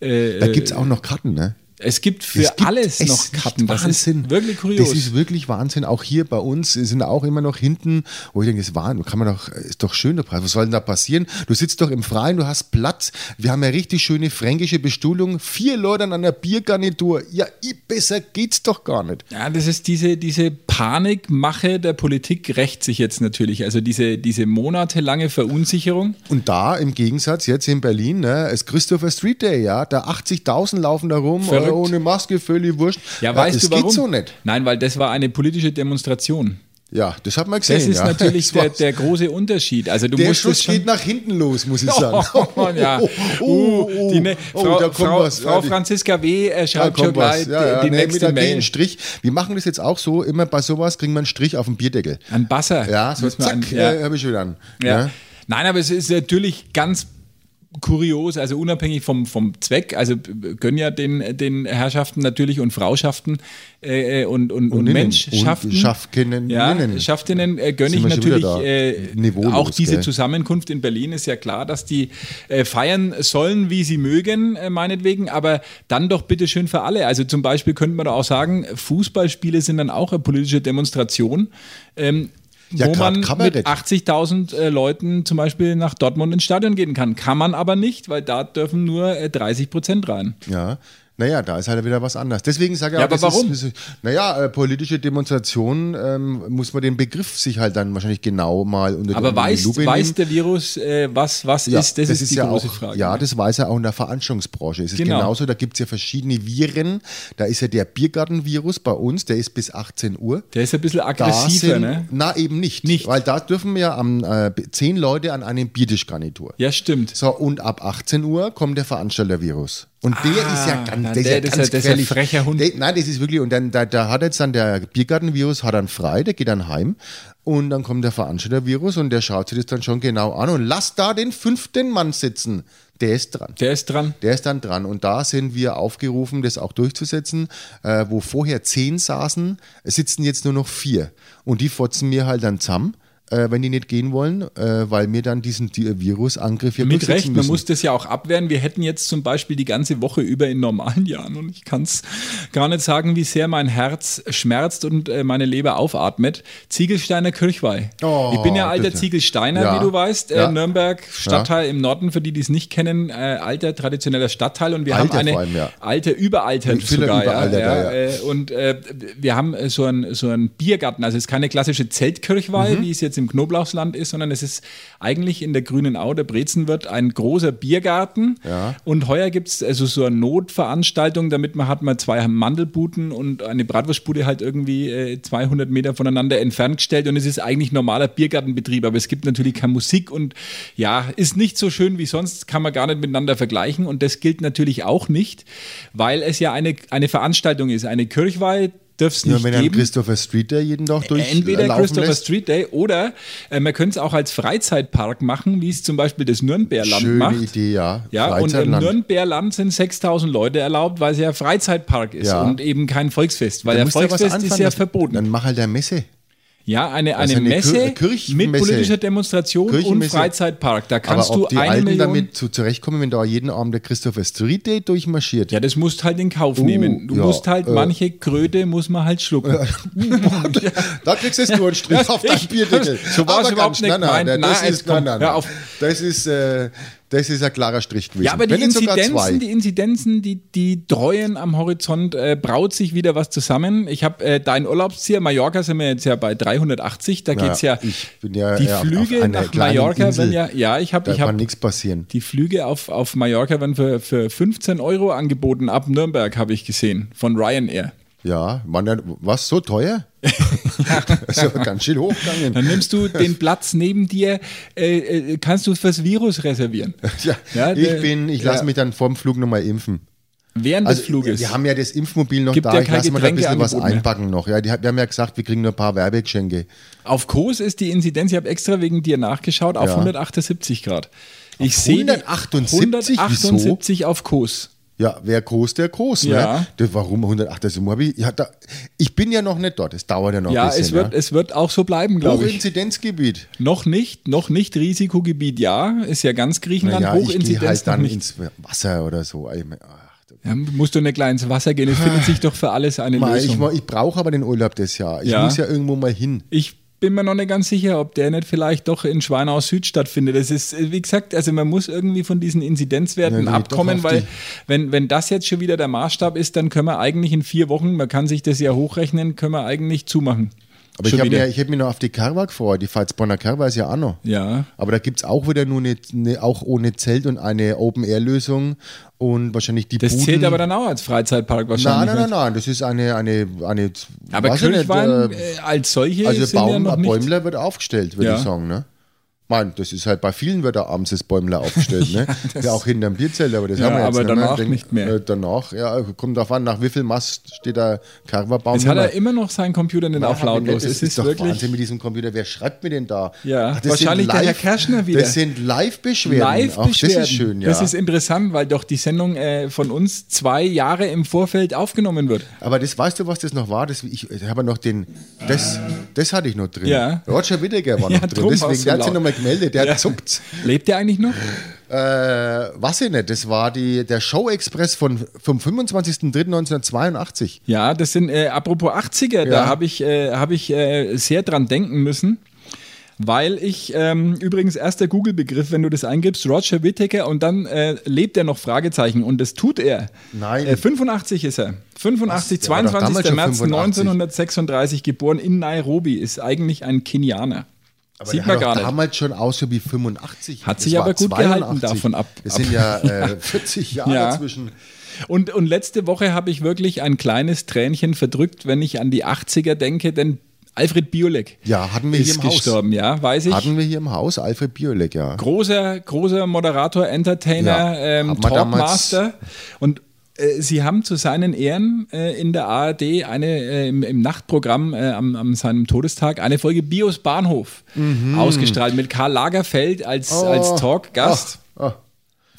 Speaker 3: äh,
Speaker 2: Da gibt es auch noch Karten, ne?
Speaker 3: es gibt für
Speaker 2: Es gibt
Speaker 3: alles
Speaker 2: es nicht.
Speaker 3: noch Karten. Das ist wirklich kurios.
Speaker 2: Das ist wirklich Wahnsinn. Auch hier bei uns sind auch immer noch hinten, wo ich denke, das war, kann man doch, ist doch schön der Preis. Was soll denn da passieren? Du sitzt doch im Freien, du hast Platz. Wir haben ja richtig schöne fränkische Bestuhlung. Vier Leute an einer Biergarnitur. Ja, i- besser geht's doch gar nicht.
Speaker 3: Ja, das ist diese, diese Panikmache der Politik rächt sich jetzt natürlich. Also diese, diese monatelange Verunsicherung.
Speaker 2: Und da im Gegensatz jetzt in Berlin, ne, ist Christopher Street Day, ja, da 80.000 laufen da rum,
Speaker 3: Verrückt.
Speaker 2: äh, ohne Maske, völlig wurscht.
Speaker 3: Ja, weißt
Speaker 2: das
Speaker 3: du warum?
Speaker 2: geht so nicht.
Speaker 3: Nein, weil das war eine politische Demonstration.
Speaker 2: Ja, das hat man gesehen.
Speaker 3: Das ist
Speaker 2: ja. *laughs* Das
Speaker 3: natürlich der,
Speaker 2: war's.
Speaker 3: der große Unterschied. Also du
Speaker 2: Der
Speaker 3: musst
Speaker 2: Schuss
Speaker 3: es
Speaker 2: geht
Speaker 3: schon.
Speaker 2: nach hinten los, muss ich sagen.
Speaker 3: *laughs* Oh, Mann, ja.
Speaker 2: *laughs* Oh, oh, oh,
Speaker 3: uh, die ne
Speaker 2: oh,
Speaker 3: Frau,
Speaker 2: da kommt
Speaker 3: Frau,
Speaker 2: was. Ja,
Speaker 3: Frau
Speaker 2: die-
Speaker 3: Franziska W. Äh,
Speaker 2: da
Speaker 3: schreibt schon
Speaker 2: kommt was.
Speaker 3: gleich
Speaker 2: Ja, ja,
Speaker 3: die
Speaker 2: nee, mit
Speaker 3: nächste
Speaker 2: der Mail.
Speaker 3: Mail.
Speaker 2: einen Strich. Wir machen das jetzt auch so, immer bei sowas kriegen wir einen Strich auf den Bierdeckel.
Speaker 3: An Basser.
Speaker 2: Ja, so
Speaker 3: müssen wir
Speaker 2: zack,
Speaker 3: an- ja.
Speaker 2: äh, habe ich schon wieder an.
Speaker 3: Ja.
Speaker 2: Ne?
Speaker 3: Nein, aber es ist natürlich ganz kurios, also unabhängig vom, vom Zweck, also b- gönnen ja den, den Herrschaften natürlich und Frauschaften äh, und, und, und,
Speaker 2: Ninnen.
Speaker 3: Menschschaften.
Speaker 2: Und Schaffkinnen.
Speaker 3: ja,
Speaker 2: Ninnen.
Speaker 3: Schaftinnen äh, gönne
Speaker 2: Sind
Speaker 3: ich
Speaker 2: wir schon
Speaker 3: natürlich
Speaker 2: wieder da.
Speaker 3: äh,
Speaker 2: Niveaulos,
Speaker 3: auch diese
Speaker 2: gell?
Speaker 3: Zusammenkunft in Berlin ist ja klar, dass die äh, feiern sollen, wie sie mögen, äh, meinetwegen, aber dann doch bitte schön für alle. Also zum Beispiel könnte man doch auch sagen, Fußballspiele sind dann auch eine politische Demonstration. Ähm,
Speaker 2: Ja,
Speaker 3: wo
Speaker 2: grad
Speaker 3: man
Speaker 2: Kabarett.
Speaker 3: mit 80.000 äh, Leuten zum Beispiel nach Dortmund ins Stadion gehen kann. Kann man aber nicht, weil da dürfen nur äh, 30 Prozent rein.
Speaker 2: Ja. Naja, da ist halt wieder was anderes. Deswegen sage ich
Speaker 3: Ja,
Speaker 2: auch,
Speaker 3: aber
Speaker 2: das
Speaker 3: warum?
Speaker 2: Ist, naja, äh, politische Demonstrationen ähm, muss man den Begriff sich halt dann wahrscheinlich genau mal unter
Speaker 3: Aber
Speaker 2: die
Speaker 3: weiß,
Speaker 2: Lupe nehmen.
Speaker 3: weiß der Virus, äh, was, was
Speaker 2: Ja,
Speaker 3: ist? Das, ist, die
Speaker 2: ja
Speaker 3: große
Speaker 2: auch,
Speaker 3: Frage. ne?
Speaker 2: Ja, das weiß er auch in der Veranstaltungsbranche. Es ist
Speaker 3: Genau.
Speaker 2: genauso, da gibt es ja verschiedene Viren. Da ist ja der Biergartenvirus bei uns, der ist bis 18 Uhr.
Speaker 3: der ist ein bisschen
Speaker 2: Da
Speaker 3: aggressiver,
Speaker 2: sind-
Speaker 3: ne?
Speaker 2: Na, eben nicht.
Speaker 3: Nicht.
Speaker 2: Weil da dürfen wir am äh, zehn Leute an einem Biertischgarnitur.
Speaker 3: Ja, stimmt.
Speaker 2: So, und ab 18 Uhr kommt der Veranstaltervirus. Und der ist ja ganz, der ist ja
Speaker 3: Ah, der
Speaker 2: ganz
Speaker 3: ist ja- der ist ja
Speaker 2: gefährlich.
Speaker 3: frecher Hund.
Speaker 2: Der, nein, das ist wirklich, und dann, da, da hat jetzt dann der Biergartenvirus, hat dann frei, der geht dann heim. Und dann kommt der Veranstaltervirus und der schaut sich das dann schon genau an und lasst da den fünften Mann sitzen. Der ist dran.
Speaker 3: Der ist dran.
Speaker 2: Der ist dann dran. Und da sind wir aufgerufen, das auch durchzusetzen. Äh, wo vorher zehn saßen, sitzen jetzt nur noch vier. Und die fotzen mir halt dann zusammen, äh, wenn die nicht gehen wollen, äh, weil mir dann diesen Di- äh, Virusangriff hier
Speaker 3: Mit
Speaker 2: durchsetzen
Speaker 3: Recht, man
Speaker 2: müssen.
Speaker 3: muss das ja auch abwehren. Wir hätten jetzt zum Beispiel die ganze Woche über in normalen Jahren und ich kann es gar nicht sagen, wie sehr mein Herz schmerzt und äh, meine Leber aufatmet. Ziegelsteiner Kirchweih.
Speaker 2: Oh,
Speaker 3: ich bin ja alter
Speaker 2: bitte.
Speaker 3: Ziegelsteiner,
Speaker 2: Ja.
Speaker 3: wie du weißt. Äh,
Speaker 2: Ja.
Speaker 3: Nürnberg, Stadtteil im Norden, für die, die es nicht kennen, äh, alter traditioneller Stadtteil und wir
Speaker 2: Alter
Speaker 3: haben eine
Speaker 2: vor allem, ja.
Speaker 3: alte Überalter
Speaker 2: Ich finde
Speaker 3: sogar.
Speaker 2: überaltert,
Speaker 3: ja,
Speaker 2: ja,
Speaker 3: ja. Äh, und äh, wir haben äh, so einen, so einen Biergarten. Also es ist keine klassische Zeltkirchweih, wie es jetzt im Knoblauchsland ist, sondern es ist eigentlich in der Grünen Au, der Brezenwirt, ein großer Biergarten. Und heuer gibt es also so eine Notveranstaltung, damit man hat mal zwei Mandelbuten und eine Bratwurstbude halt irgendwie äh, 200 Meter voneinander entfernt gestellt. Und es ist eigentlich normaler Biergartenbetrieb, aber es gibt natürlich keine Musik und ja, ist nicht so schön wie sonst, kann man gar nicht miteinander vergleichen. Und das gilt natürlich auch nicht, weil es ja eine, eine Veranstaltung ist, eine Kirchweih. Dürfte es
Speaker 2: Ja,
Speaker 3: nicht
Speaker 2: wenn dann
Speaker 3: geben. Äh,
Speaker 2: Christopher Street da jeden Tag durch
Speaker 3: Entweder
Speaker 2: laufen
Speaker 3: Christopher
Speaker 2: lässt.
Speaker 3: Street Day oder äh, man könnte es auch als Freizeitpark machen, wie es zum Beispiel das Nürnberland
Speaker 2: Schöne
Speaker 3: macht.
Speaker 2: Idee, ja.
Speaker 3: Ja, und im
Speaker 2: Freizeitland.
Speaker 3: Nürnberland sind 6000 Leute erlaubt, weil es ja Freizeitpark ist
Speaker 2: Ja.
Speaker 3: und eben kein Volksfest, weil
Speaker 2: Da
Speaker 3: der
Speaker 2: musst du ja was
Speaker 3: Volksfest ist
Speaker 2: anfangen,
Speaker 3: ja
Speaker 2: das- Dann
Speaker 3: verboten.
Speaker 2: mach halt der Messe.
Speaker 3: Ja, eine, eine,
Speaker 2: eine
Speaker 3: Messe
Speaker 2: Kir- Kirchmesse.
Speaker 3: mit politischer Demonstration und
Speaker 2: Kirchenmesse.
Speaker 3: Freizeitpark. Da kannst
Speaker 2: Aber ob
Speaker 3: du
Speaker 2: die
Speaker 3: eine
Speaker 2: Alten
Speaker 3: Million.
Speaker 2: damit zu, zurechtkommen, wenn da jeden Abend der Christopher Street Day durchmarschiert.
Speaker 3: ja, das musst halt in Kauf nehmen. Du
Speaker 2: Oh, ja,
Speaker 3: musst halt
Speaker 2: äh.
Speaker 3: manche Kröte muss man
Speaker 2: *laughs*
Speaker 3: halt schlucken.
Speaker 2: Da kriegst du jetzt nur einen
Speaker 3: *laughs*
Speaker 2: Strich auf das Bierdeckel.
Speaker 3: So war's
Speaker 2: Aber ganz-
Speaker 3: überhaupt nicht
Speaker 2: nein, nein,
Speaker 3: gemeint.
Speaker 2: nein, Das
Speaker 3: Nein,
Speaker 2: ist,
Speaker 3: komm,
Speaker 2: nein, nein,
Speaker 3: hör
Speaker 2: nein.
Speaker 3: auf.
Speaker 2: Das ist, äh, das ist ein klarer Strich gewesen.
Speaker 3: Ja, aber die
Speaker 2: Wenn nicht sogar zwei.
Speaker 3: Inzidenzen, die Inzidenzen, die, die dreuen am Horizont, äh, braut sich wieder was zusammen. Ich habe äh, dein Urlaubsziel, Mallorca sind wir jetzt ja bei 380, da geht's ja,
Speaker 2: ich bin ja
Speaker 3: die
Speaker 2: eher auf-
Speaker 3: Flüge
Speaker 2: auf einer
Speaker 3: nach
Speaker 2: kleinen
Speaker 3: Mallorca
Speaker 2: Insel.
Speaker 3: werden ja, ja, ich habe
Speaker 2: Da
Speaker 3: ich
Speaker 2: kann
Speaker 3: hab,
Speaker 2: nichts passieren.
Speaker 3: die Flüge auf, auf Mallorca werden für, für 15 Euro angeboten, ab Nürnberg habe ich gesehen, von Ryanair.
Speaker 2: Ja, man, was, so
Speaker 3: *laughs*
Speaker 2: teuer? *laughs* das ist aber ganz schön hochgegangen.
Speaker 3: Dann nimmst
Speaker 2: *laughs*
Speaker 3: du den Platz neben dir, äh, äh, kannst du fürs Virus reservieren.
Speaker 2: Ja,
Speaker 3: Ja, der-
Speaker 2: ich bin, ich lasse
Speaker 3: ja.
Speaker 2: mich dann vorm Flug nochmal impfen.
Speaker 3: Während
Speaker 2: Also,
Speaker 3: des Fluges.
Speaker 2: Wir haben ja das Impfmobil noch
Speaker 3: Gibt
Speaker 2: da,
Speaker 3: ja
Speaker 2: ich
Speaker 3: kein
Speaker 2: lasse mir da ein bisschen was
Speaker 3: Getränkeangebot mehr.
Speaker 2: einpacken noch. Ja, die, wir haben ja gesagt, wir kriegen nur ein paar Werbegeschenke.
Speaker 3: Auf Kurs ist die Inzidenz, ich habe extra wegen dir nachgeschaut, auf
Speaker 2: Ja.
Speaker 3: 178 Grad. Ich sehe die-
Speaker 2: 178?
Speaker 3: 178 auf Kurs.
Speaker 2: Ja, wer groß, der groß.
Speaker 3: Ja.
Speaker 2: Ne? Das, warum 180? Warum hab ich, ja, da, ich bin ja noch nicht dort, es dauert ja noch
Speaker 3: Ja,
Speaker 2: ein bisschen.
Speaker 3: es wird,
Speaker 2: ne?
Speaker 3: es wird auch so bleiben, glaube ich.
Speaker 2: Hochinzidenzgebiet.
Speaker 3: Noch nicht, noch nicht Risikogebiet, ja. Ist ja ganz Griechenland,
Speaker 2: Naja, ich gehe
Speaker 3: Hochinzidenz
Speaker 2: halt dann
Speaker 3: noch nicht.
Speaker 2: ins Wasser oder so. Ich, mein, ach,
Speaker 3: Ja, musst du nicht gleich ins Wasser gehen, es findet sich doch für alles eine
Speaker 2: mal, ich,
Speaker 3: Lösung.
Speaker 2: mal- ich brauche aber den Urlaub das Jahr. Ich
Speaker 3: Ja.
Speaker 2: muss ja irgendwo mal hin.
Speaker 3: Ich bin mir noch nicht ganz sicher, ob der nicht vielleicht doch in Schweinau Süd stattfindet. Das ist, äh, wie gesagt, also man muss irgendwie von diesen Inzidenzwerten
Speaker 2: Ja, nee,
Speaker 3: abkommen,
Speaker 2: doch auf
Speaker 3: weil
Speaker 2: die-
Speaker 3: wenn, wenn das jetzt schon wieder der Maßstab ist, dann können wir eigentlich in vier Wochen, man kann sich das ja hochrechnen, können wir eigentlich zumachen.
Speaker 2: Aber
Speaker 3: Schon
Speaker 2: ich habe
Speaker 3: wieder.
Speaker 2: mir, ich hab mir noch auf die Kerwa gefreut. Die Pfalzbonner Kerwa ist ja auch noch.
Speaker 3: Ja.
Speaker 2: Aber da gibt es auch wieder nur eine, eine, auch ohne Zelt und eine Open-Air-Lösung und wahrscheinlich die
Speaker 3: Das
Speaker 2: Buden.
Speaker 3: zählt aber dann auch als Freizeitpark
Speaker 2: Nein,
Speaker 3: wahrscheinlich.
Speaker 2: nein, nein,
Speaker 3: nicht.
Speaker 2: nein, das ist eine, eine, eine
Speaker 3: Aber
Speaker 2: weiß ich nicht,
Speaker 3: Kirchwein
Speaker 2: äh,
Speaker 3: äh, als solche
Speaker 2: Also
Speaker 3: sind ja
Speaker 2: Baum,
Speaker 3: noch
Speaker 2: ein
Speaker 3: nicht.
Speaker 2: Bäumler wird aufgestellt, würde
Speaker 3: Ja.
Speaker 2: ich sagen, ne? Mann, das ist halt bei vielen wird da abends das Bäumler
Speaker 3: *laughs*
Speaker 2: aufgestellt, ne? ja, auch hinterm Bierzelt, aber das
Speaker 3: Ja,
Speaker 2: haben wir jetzt
Speaker 3: aber
Speaker 2: nicht
Speaker 3: danach
Speaker 2: Denk-
Speaker 3: nicht mehr.
Speaker 2: Äh, danach, ja, kommt drauf an, nach wie viel Mast steht der Carver-Baum.
Speaker 3: Jetzt hat er immer noch seinen Computer nicht auf lautlos.
Speaker 2: Das
Speaker 3: Es
Speaker 2: ist,
Speaker 3: ist
Speaker 2: doch
Speaker 3: wirklich
Speaker 2: Wahnsinn mit diesem Computer. Wer schreibt mir denn da?
Speaker 3: Ja,
Speaker 2: das sind
Speaker 3: wahrscheinlich der Herr Kerschner wieder.
Speaker 2: Das sind Live-Beschwerden. Ach, das
Speaker 3: Live-Beschwerden.
Speaker 2: ist schön, ja.
Speaker 3: Das ist interessant, weil doch die Sendung äh, von uns zwei Jahre im Vorfeld aufgenommen wird.
Speaker 2: Aber das, weißt du, was das noch war? Das, ich ich habe noch den, das, das hatte ich noch drin.
Speaker 3: Ja.
Speaker 2: Roger Whittaker war
Speaker 3: Ja,
Speaker 2: noch drin.
Speaker 3: drum war's
Speaker 2: Deswegen,
Speaker 3: so
Speaker 2: der hat sich
Speaker 3: laut.
Speaker 2: nochmal gemeldet. Der
Speaker 3: Ja.
Speaker 2: zuckt.
Speaker 3: Lebt der eigentlich noch?
Speaker 2: Äh, was ich nicht, das war die, der Show Express von, vom 25.03.1982.
Speaker 3: Ja, das sind, äh, apropos 80er, da
Speaker 2: Ja.
Speaker 3: habe ich, äh, hab ich äh, sehr dran denken müssen. Weil ich, ähm, übrigens, erster Google-Begriff, wenn du das eingibst, Roger Whittaker und dann äh, lebt er noch Fragezeichen und das tut er.
Speaker 2: Nein.
Speaker 3: Äh, 85 ist er. 85,
Speaker 2: Was? Der war doch damals
Speaker 3: 22.
Speaker 2: schon
Speaker 3: März
Speaker 2: 85.
Speaker 3: 1936 geboren in Nairobi, ist eigentlich ein Kenianer. Sieht
Speaker 2: der
Speaker 3: man
Speaker 2: hat doch
Speaker 3: gar nicht.
Speaker 2: damals schon aus wie 85.
Speaker 3: Hat
Speaker 2: Das
Speaker 3: sich
Speaker 2: war
Speaker 3: aber gut gehalten davon ab-
Speaker 2: Das sind ja äh, 40 Jahre
Speaker 3: Ja.
Speaker 2: zwischen.
Speaker 3: Und, und letzte Woche habe ich wirklich ein kleines Tränchen verdrückt, wenn ich an die 80er denke, denn Alfred Biolek.
Speaker 2: Ja, hatten wir
Speaker 3: ist
Speaker 2: hier im Haus.
Speaker 3: gestorben, ja, weiß ich.
Speaker 2: Hatten wir hier im Haus Alfred Biolek, ja.
Speaker 3: großer, großer Moderator, Entertainer,
Speaker 2: Ja,
Speaker 3: ähm,
Speaker 2: haben wir damals-
Speaker 3: Talkmaster. Und äh, Sie haben zu seinen Ehren äh, in der ARD eine äh, im, im Nachtprogramm äh, am, am seinem Todestag eine Folge Bios Bahnhof
Speaker 2: Mhm.
Speaker 3: ausgestrahlt mit Karl Lagerfeld als,
Speaker 2: Oh.
Speaker 3: als Talkgast.
Speaker 2: Ah, ah.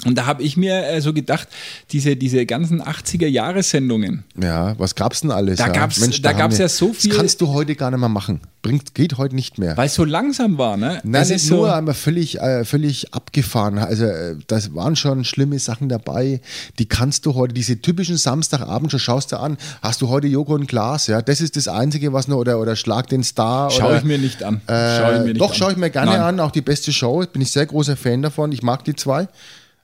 Speaker 3: Und da habe ich mir äh, so gedacht, diese, diese ganzen 80er-Jahre-Sendungen,
Speaker 2: Ja, was gab's denn alles?
Speaker 3: Da
Speaker 2: ja?
Speaker 3: gab's- da
Speaker 2: haben
Speaker 3: gab's
Speaker 2: wir-
Speaker 3: ja so viel-
Speaker 2: Das kannst du heute gar nicht mehr machen. Bringt, geht heute nicht mehr.
Speaker 3: weil es so langsam war, ne?
Speaker 2: Nein,
Speaker 3: ist
Speaker 2: nicht nur, aber völlig, äh, völlig abgefahren. Also, äh, das waren schon schlimme Sachen dabei. Die kannst du heute, diese typischen Samstagabend, schon schaust du an, hast du heute Joko und Glas, ja? Das ist das Einzige, was noch, oder, oder Schlag den Star.
Speaker 3: Schau
Speaker 2: oder,
Speaker 3: ich mir nicht an.
Speaker 2: Äh,
Speaker 3: Schau ich mir nicht
Speaker 2: doch,
Speaker 3: an.
Speaker 2: schaue ich mir gerne
Speaker 3: Nein.
Speaker 2: an. Auch die beste Show. Bin ich sehr großer Fan davon. Ich mag die zwei.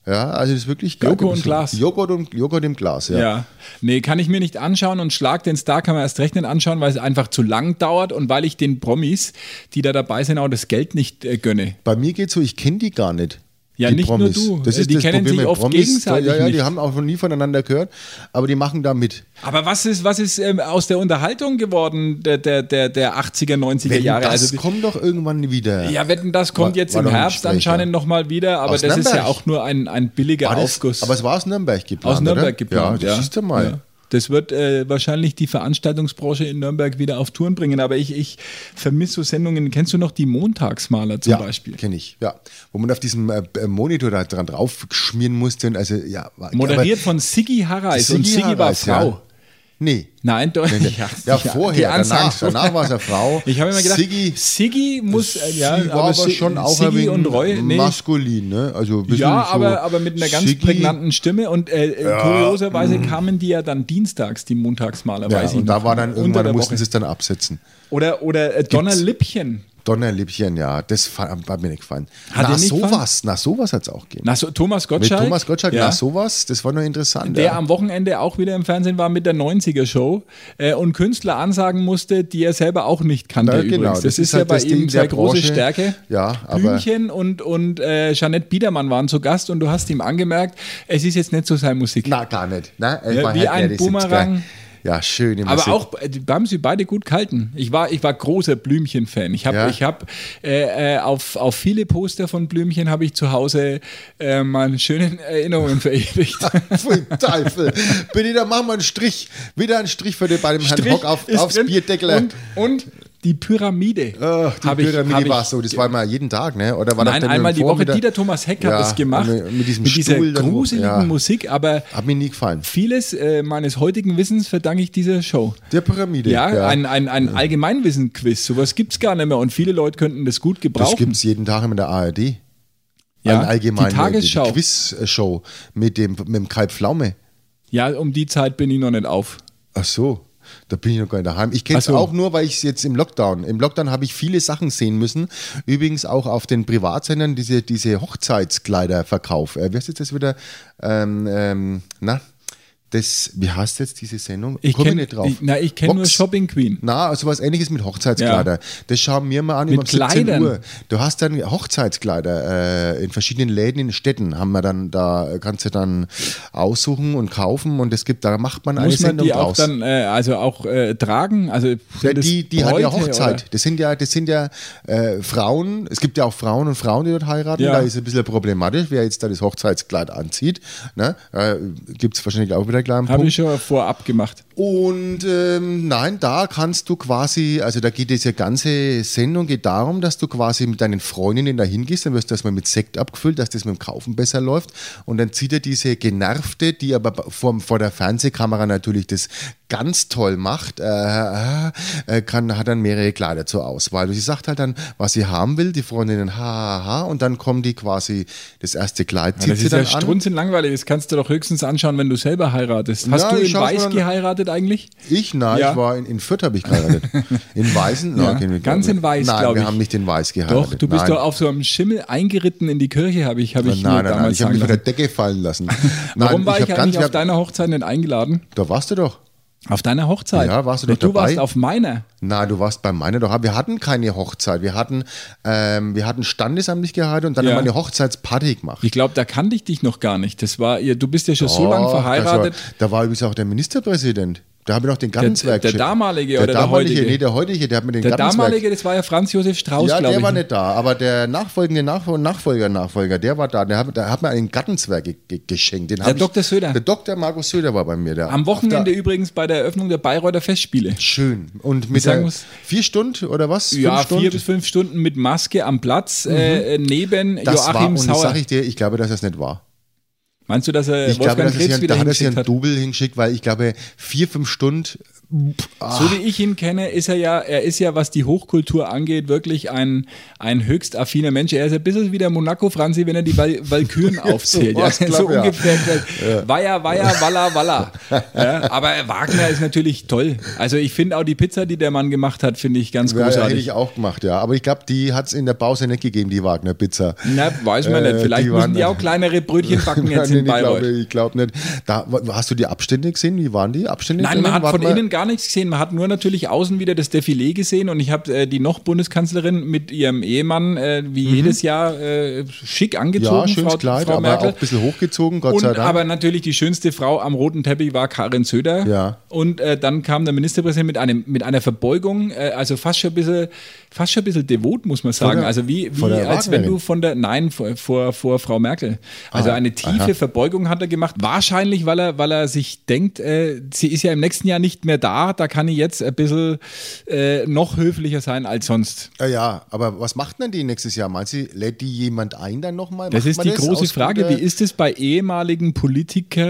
Speaker 2: Ja, also, das ist wirklich geil.
Speaker 3: Joko und Glas.
Speaker 2: Joghurt und, Joghurt im Glas, ja.
Speaker 3: Ja. Nee, kann ich mir nicht anschauen und Schlag den Star kann man erst recht nicht anschauen, weil es einfach zu lang dauert und weil ich den Promis, die da dabei sind, auch das Geld nicht äh, gönne.
Speaker 2: Bei mir geht's so, ich kenne die gar nicht.
Speaker 3: Ja,
Speaker 2: die
Speaker 3: nicht nur
Speaker 2: Promis.
Speaker 3: du.
Speaker 2: Das
Speaker 3: Äh,
Speaker 2: ist
Speaker 3: die
Speaker 2: das
Speaker 3: kennen
Speaker 2: Problem
Speaker 3: sich
Speaker 2: bei
Speaker 3: oft
Speaker 2: Promis.
Speaker 3: gegenseitig
Speaker 2: Ja, ja,
Speaker 3: nicht.
Speaker 2: die haben auch noch nie voneinander gehört, aber die machen da mit.
Speaker 3: Aber was ist, was ist ähm, aus der Unterhaltung geworden der, der, der, der 80er, 90er
Speaker 2: Wetten,
Speaker 3: Jahre?
Speaker 2: Das
Speaker 3: Also die-
Speaker 2: kommt doch irgendwann wieder.
Speaker 3: ja, wetten, das kommt
Speaker 2: War-
Speaker 3: jetzt
Speaker 2: war
Speaker 3: im
Speaker 2: doch ein
Speaker 3: Herbst
Speaker 2: Sprecher.
Speaker 3: anscheinend nochmal wieder, aber
Speaker 2: Aus
Speaker 3: das ist ja
Speaker 2: Nürnberg.
Speaker 3: auch nur ein, ein billiger
Speaker 2: War das,
Speaker 3: Aufguss.
Speaker 2: aber es war aus Nürnberg geplant.
Speaker 3: aus Nürnberg
Speaker 2: oder?
Speaker 3: geplant.
Speaker 2: Ja, das ist ja mal.
Speaker 3: Ja. Das wird äh, wahrscheinlich die Veranstaltungsbranche in Nürnberg wieder auf Touren bringen, aber ich, ich vermisse so Sendungen. Kennst du noch die Montagsmaler zum
Speaker 2: Ja,
Speaker 3: Beispiel?
Speaker 2: kenne ich. Ja, wo man auf diesem äh, äh, Monitor da dran drauf schmieren musste und also ja. war-
Speaker 3: Moderiert von Siggi Harreis
Speaker 2: Siggi
Speaker 3: und Siggi war
Speaker 2: Harreis, ja.
Speaker 3: Frau.
Speaker 2: aber- Nee.
Speaker 3: Nein, doch, *laughs*
Speaker 2: nee. Ja, vorher, danach, danach war es eine Frau.
Speaker 3: Ich habe immer gedacht, Siggi,
Speaker 2: Siggi-
Speaker 3: muss, äh, ja,
Speaker 2: sie war aber
Speaker 3: Sig-
Speaker 2: schon auch ein
Speaker 3: Siggi
Speaker 2: wenig
Speaker 3: und Roy, nee,
Speaker 2: maskulin, ne? Also ein bisschen
Speaker 3: ja,
Speaker 2: so
Speaker 3: aber, aber mit einer ganz
Speaker 2: Siggi- mm.
Speaker 3: prägnanten Stimme und äh, äh, kurioserweise kamen die ja dann dienstags, die Montagsmaler,
Speaker 2: Ja,
Speaker 3: weiß ich
Speaker 2: und da
Speaker 3: noch,
Speaker 2: war dann
Speaker 3: unter
Speaker 2: irgendwann
Speaker 3: der
Speaker 2: mussten
Speaker 3: Woche.
Speaker 2: sie es dann absetzen.
Speaker 3: Oder, oder äh, Donnerlippchen.
Speaker 2: Donnerlippchen, ja, das fa- hat mir nicht gefallen.
Speaker 3: Hat dir
Speaker 2: nach
Speaker 3: nicht
Speaker 2: sowas, nach sowas hat es auch gegeben.
Speaker 3: Na, so, Thomas
Speaker 2: Mit
Speaker 3: Gottschalk.
Speaker 2: Thomas Gottschalk,
Speaker 3: ja,
Speaker 2: nach sowas, das war nur interessant.
Speaker 3: der
Speaker 2: ja.
Speaker 3: am Wochenende auch wieder im Fernsehen war mit der 90er-Show äh, und Künstler ansagen musste, die er selber auch nicht kannte.
Speaker 2: Ja,
Speaker 3: übrigens.
Speaker 2: genau,
Speaker 3: Das,
Speaker 2: das
Speaker 3: ist,
Speaker 2: ist
Speaker 3: ja
Speaker 2: halt
Speaker 3: bei
Speaker 2: das
Speaker 3: ihm
Speaker 2: Ding
Speaker 3: sehr
Speaker 2: der
Speaker 3: große
Speaker 2: Branche.
Speaker 3: Stärke.
Speaker 2: Ja, aber-
Speaker 3: Blümchen und, und äh, Jeanette Biedermann waren zu Gast und du hast ihm angemerkt, es ist jetzt nicht so seine Musik.
Speaker 2: Na, gar nicht. Na, äh,
Speaker 3: Ja,
Speaker 2: man
Speaker 3: wie
Speaker 2: hat
Speaker 3: ein
Speaker 2: die 70er.
Speaker 3: Boomerang.
Speaker 2: Ja, schön. immer
Speaker 3: Aber
Speaker 2: so- *laughs*
Speaker 3: auch, äh, die haben sie beide gut gehalten. Ich war, ich war großer Blümchen-Fan. Ich habe
Speaker 2: Ja.
Speaker 3: ich hab, äh, äh, auf, auf viele Poster von Blümchen habe ich zu Hause äh, meine schönen Erinnerungen verewigt.
Speaker 2: *laughs* Voll Teufel. Bitte, da machen wir einen Strich. Wieder einen Strich für den, bei dem Herrn
Speaker 3: Strich
Speaker 2: Hock auf,
Speaker 3: ist
Speaker 2: aufs
Speaker 3: drin.
Speaker 2: Bierdeckel.
Speaker 3: Und, und die Pyramide.
Speaker 2: Ach, die
Speaker 3: Hab ich-
Speaker 2: Pyramide
Speaker 3: hab ich-
Speaker 2: war so. Das war mal jeden Tag, ne? Oder war das
Speaker 3: Nein,
Speaker 2: dann
Speaker 3: einmal
Speaker 2: im
Speaker 3: die Woche.
Speaker 2: Vormittag-
Speaker 3: Dieter Thomas Heck
Speaker 2: Ja,
Speaker 3: hat es gemacht.
Speaker 2: Mit, mit diesem
Speaker 3: dieser
Speaker 2: Stuhl dann hoch.
Speaker 3: gruseligen
Speaker 2: Ja.
Speaker 3: Musik, aber
Speaker 2: Hat mir nie gefallen.
Speaker 3: vieles äh, meines heutigen Wissens verdanke ich dieser Show.
Speaker 2: Der Pyramide.
Speaker 3: Ja, ein, ein, ein Allgemeinwissen-Quiz. Sowas gibt es gar nicht mehr und viele Leute könnten das gut
Speaker 2: das
Speaker 3: gebrauchen.
Speaker 2: gibt es jeden Tag in der ARD.
Speaker 3: ja,
Speaker 2: ein allgemein äh,
Speaker 3: die Tagesschau.
Speaker 2: Quiz-Show mit dem, mit dem Kalb Pflaume.
Speaker 3: Ja, um die Zeit bin ich noch nicht auf.
Speaker 2: Ach so, da bin ich noch gar nicht daheim. Ich kenne
Speaker 3: Ach
Speaker 2: es
Speaker 3: so.
Speaker 2: auch nur, weil ich es jetzt im Lockdown. Im Lockdown habe ich viele Sachen sehen müssen. Übrigens auch auf den Privatsendern diese, diese Hochzeitskleiderverkauf. Äh, wie heißt jetzt das wieder? Ähm, ähm, na, das, wie heißt jetzt diese Sendung?
Speaker 3: Ich
Speaker 2: Komm
Speaker 3: kenn-
Speaker 2: nicht drauf.
Speaker 3: ich- na, ich kenn nur
Speaker 2: Vox?
Speaker 3: Shopping Queen.
Speaker 2: Na, also sowas ähnliches mit Hochzeitskleider. Das schauen wir mal an.
Speaker 3: Mit
Speaker 2: immer um 17
Speaker 3: Kleidern?
Speaker 2: Uhr. Du hast dann Hochzeitskleider äh, in verschiedenen Läden, in Städten haben wir dann, da kannst du dann aussuchen und kaufen und es gibt, da macht man eine
Speaker 3: Muss man
Speaker 2: Sendung
Speaker 3: die auch
Speaker 2: draus.
Speaker 3: dann äh, also auch äh, tragen? Also
Speaker 2: Ja,
Speaker 3: sind das
Speaker 2: die, die hat ja
Speaker 3: Bräute,
Speaker 2: Hochzeit.
Speaker 3: oder?
Speaker 2: Das sind ja, das sind ja äh, Frauen. Es gibt ja auch Frauen und Frauen, die dort heiraten.
Speaker 3: Ja.
Speaker 2: Da ist ein bisschen problematisch, wer jetzt da das Hochzeitskleid anzieht. Ne? Äh, gibt es wahrscheinlich auch wieder gleich einen
Speaker 3: Habe
Speaker 2: Punkt.
Speaker 3: ich schon vorab gemacht.
Speaker 2: Und ähm, nein, da kannst du quasi, also da geht diese ganze Sendung geht darum, dass du quasi mit deinen Freundinnen da hingehst, dann wirst du erstmal mit Sekt abgefüllt, dass das mit dem Kaufen besser läuft. Und dann zieht er diese Genervte, die aber vor, vor der Fernsehkamera natürlich das ganz toll macht, äh, äh, kann, hat dann mehrere Kleider zur Auswahl. Sie sagt halt dann, was sie haben will, die Freundinnen, ha, ha, ha, und dann kommen die quasi, das erste Kleid zieht
Speaker 3: Das
Speaker 2: sie
Speaker 3: ist
Speaker 2: dann
Speaker 3: ja
Speaker 2: an.
Speaker 3: strunzend langweilig. Das kannst du doch höchstens anschauen, wenn du selber heiratest. Hast
Speaker 2: Na,
Speaker 3: du
Speaker 2: ich
Speaker 3: in
Speaker 2: schau's mir
Speaker 3: Weiß
Speaker 2: dann-
Speaker 3: geheiratet eigentlich?
Speaker 2: Ich, nein,
Speaker 3: Ja.
Speaker 2: ich war in, in Fürth habe ich geheiratet. In Weißen? Nein,
Speaker 3: Ja,
Speaker 2: kennen wir-
Speaker 3: ganz in Weiß,
Speaker 2: Nein,
Speaker 3: glaub
Speaker 2: wir
Speaker 3: ich.
Speaker 2: haben nicht in Weiß geheiratet.
Speaker 3: Doch, du bist
Speaker 2: nein.
Speaker 3: doch auf so einem Schimmel eingeritten in die Kirche, habe ich, habe ich
Speaker 2: Nein,
Speaker 3: mir
Speaker 2: nein, nein,
Speaker 3: damals
Speaker 2: ich habe mich von der
Speaker 3: sagen lassen.
Speaker 2: Decke fallen lassen. Nein,
Speaker 3: *laughs* Warum war ich,
Speaker 2: hab
Speaker 3: eigentlich
Speaker 2: wir
Speaker 3: auf
Speaker 2: haben-
Speaker 3: deiner Hochzeit nicht eingeladen?
Speaker 2: Da warst du doch.
Speaker 3: Auf deiner Hochzeit?
Speaker 2: Ja, warst du
Speaker 3: Nee,
Speaker 2: doch
Speaker 3: Du warst
Speaker 2: dabei?
Speaker 3: auf meiner.
Speaker 2: Na, du warst bei meiner doch. Wir hatten keine Hochzeit. Wir hatten, ähm, wir hatten standesamtlich geheiratet und dann
Speaker 3: Ja.
Speaker 2: haben wir eine Hochzeitsparty gemacht.
Speaker 3: Ich glaube, da kannte ich dich noch gar nicht. Das war, ihr- du bist ja schon so lange
Speaker 2: Oh,
Speaker 3: verheiratet.
Speaker 2: Das war, da war übrigens auch der Ministerpräsident. Da haben wir noch den Gartenzwerg.
Speaker 3: der damalige
Speaker 2: der
Speaker 3: oder der
Speaker 2: damalige,
Speaker 3: heutige?
Speaker 2: Nee, der heutige, der hat mir den
Speaker 3: Der
Speaker 2: Gartenzwerg.
Speaker 3: damalige, das war ja Franz Josef Strauß,
Speaker 2: ja,
Speaker 3: glaube
Speaker 2: der
Speaker 3: ich. ne?
Speaker 2: war nicht da, aber der nachfolgende Nachfol Nachfolger, Nachfolger, der war da. Der hat, der hat mir einen Gartenzwerg ge ge geschenkt. Den hab ich-
Speaker 3: Dr. Söder.
Speaker 2: Der Dr. Markus Söder war bei mir da.
Speaker 3: Am Wochenende
Speaker 2: Auf der-
Speaker 3: übrigens bei der Eröffnung der Bayreuther Festspiele.
Speaker 2: Schön. Und mit
Speaker 3: sagen
Speaker 2: der,
Speaker 3: muss-
Speaker 2: vier Stunden oder was?
Speaker 3: Ja,
Speaker 2: Fünf Stunden? Mhm.
Speaker 3: vier bis fünf Stunden mit Maske am Platz äh, neben
Speaker 2: das war,
Speaker 3: Joachim
Speaker 2: und das
Speaker 3: Sauer.
Speaker 2: sage ich dir, ich glaube, dass das nicht war.
Speaker 3: Meinst du, dass er
Speaker 2: Ich glaube,
Speaker 3: Wolfgang
Speaker 2: dass es
Speaker 3: Krebs
Speaker 2: hier,
Speaker 3: wieder
Speaker 2: da hat er sich
Speaker 3: hingeschickt
Speaker 2: einen
Speaker 3: hat?
Speaker 2: Double hingeschickt, weil ich glaube, vier, fünf Stunden. pff, ah,
Speaker 3: So wie ich ihn kenne, ist er ja, er ist ja, was die Hochkultur angeht, wirklich ein, ein höchst affiner Mensch. Er ist ein bisschen wie der Monaco-Franzi, wenn er die Val
Speaker 2: *laughs*
Speaker 3: Valkyren aufzählt. ja, *laughs*
Speaker 2: was,
Speaker 3: so
Speaker 2: glaub, ja.
Speaker 3: ungefähr. Ja. Weia, weia, walla, walla. Ja, aber Wagner ist natürlich toll. Also ich finde auch die Pizza, die der Mann gemacht hat, finde ich ganz
Speaker 2: ja, ja, hätte
Speaker 3: großartig.
Speaker 2: ich auch gemacht, ja. Aber ich glaube, die hat es in der Pause nicht gegeben, die Wagner Pizza.
Speaker 3: Na, weiß man
Speaker 2: Äh,
Speaker 3: nicht. Vielleicht
Speaker 2: die
Speaker 3: müssen
Speaker 2: waren-
Speaker 3: die auch kleinere Brötchen
Speaker 2: *laughs*
Speaker 3: backen
Speaker 2: Nein,
Speaker 3: jetzt in
Speaker 2: ich
Speaker 3: Bayreuth.
Speaker 2: glaube, ich glaube nicht. Da, wa- hast du die Abstände gesehen? Wie waren die Abstände?
Speaker 3: Nein, man
Speaker 2: drinnen?
Speaker 3: hat
Speaker 2: Warte
Speaker 3: von
Speaker 2: mal.
Speaker 3: innen gar nichts gesehen. Man hat nur natürlich außen wieder das Defilé gesehen und ich habe äh, die noch Bundeskanzlerin mit ihrem Ehemann äh, wie jedes Jahr äh, schick angezogen.
Speaker 2: Mhm. Ja, schönes Kleid,
Speaker 3: Frau
Speaker 2: aber
Speaker 3: Merkel.
Speaker 2: auch ein bisschen hochgezogen, Gott
Speaker 3: und
Speaker 2: sei Dank.
Speaker 3: aber natürlich die schönste Frau am roten Teppich war Karin Söder.
Speaker 2: Ja.
Speaker 3: Und äh, dann kam der Ministerpräsident mit einem mit einer Verbeugung, äh, also fast schon ein bisschen, fast schon ein bisschen devot, muss man sagen.
Speaker 2: der-
Speaker 3: also wie, wie
Speaker 2: vor der
Speaker 3: als wenn
Speaker 2: Wagnerin.
Speaker 3: du von der Nein vor, vor, vor Frau Merkel. Also
Speaker 2: Ah,
Speaker 3: eine tiefe
Speaker 2: aha.
Speaker 3: Verbeugung hat er gemacht. Wahrscheinlich, weil er, weil er sich denkt, äh, sie ist ja im nächsten Jahr nicht mehr da, da kann ich jetzt ein bisschen äh, noch höflicher sein als sonst.
Speaker 2: ja, Äh, ja, aber was macht denn die nächstes Jahr? Meinst du, lädt die jemand ein dann nochmal?
Speaker 3: Das ist die große Frage. Wie ist es bei ehemaligen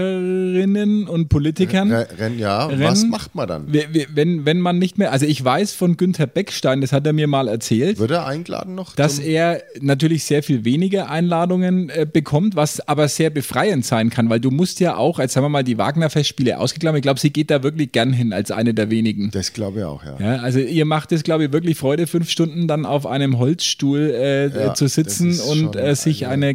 Speaker 3: Politikerinnen und Politikern?
Speaker 2: Rennen, ja, was
Speaker 3: Rennen?
Speaker 2: macht man dann?
Speaker 3: Wir- wir- Wenn, wenn man nicht mehr, also ich weiß von Günther Beckstein, das hat er mir mal erzählt,
Speaker 2: Wird er eingeladen noch?
Speaker 3: dass
Speaker 2: zum-
Speaker 3: er natürlich sehr viel weniger Einladungen äh, bekommt, was aber sehr befreiend sein kann, weil du musst ja auch, als sagen wir mal, die Wagner-Festspiele ausgeklammert, ich glaube, sie geht da wirklich gern hin als eine der wenigen.
Speaker 2: das glaube ich auch, ja.
Speaker 3: Ja, also ihr macht es, glaube ich, wirklich Freude, fünf Stunden dann auf einem Holzstuhl äh,
Speaker 2: Ja,
Speaker 3: äh, zu sitzen
Speaker 2: das ist schon
Speaker 3: und äh, sich
Speaker 2: eine-
Speaker 3: eine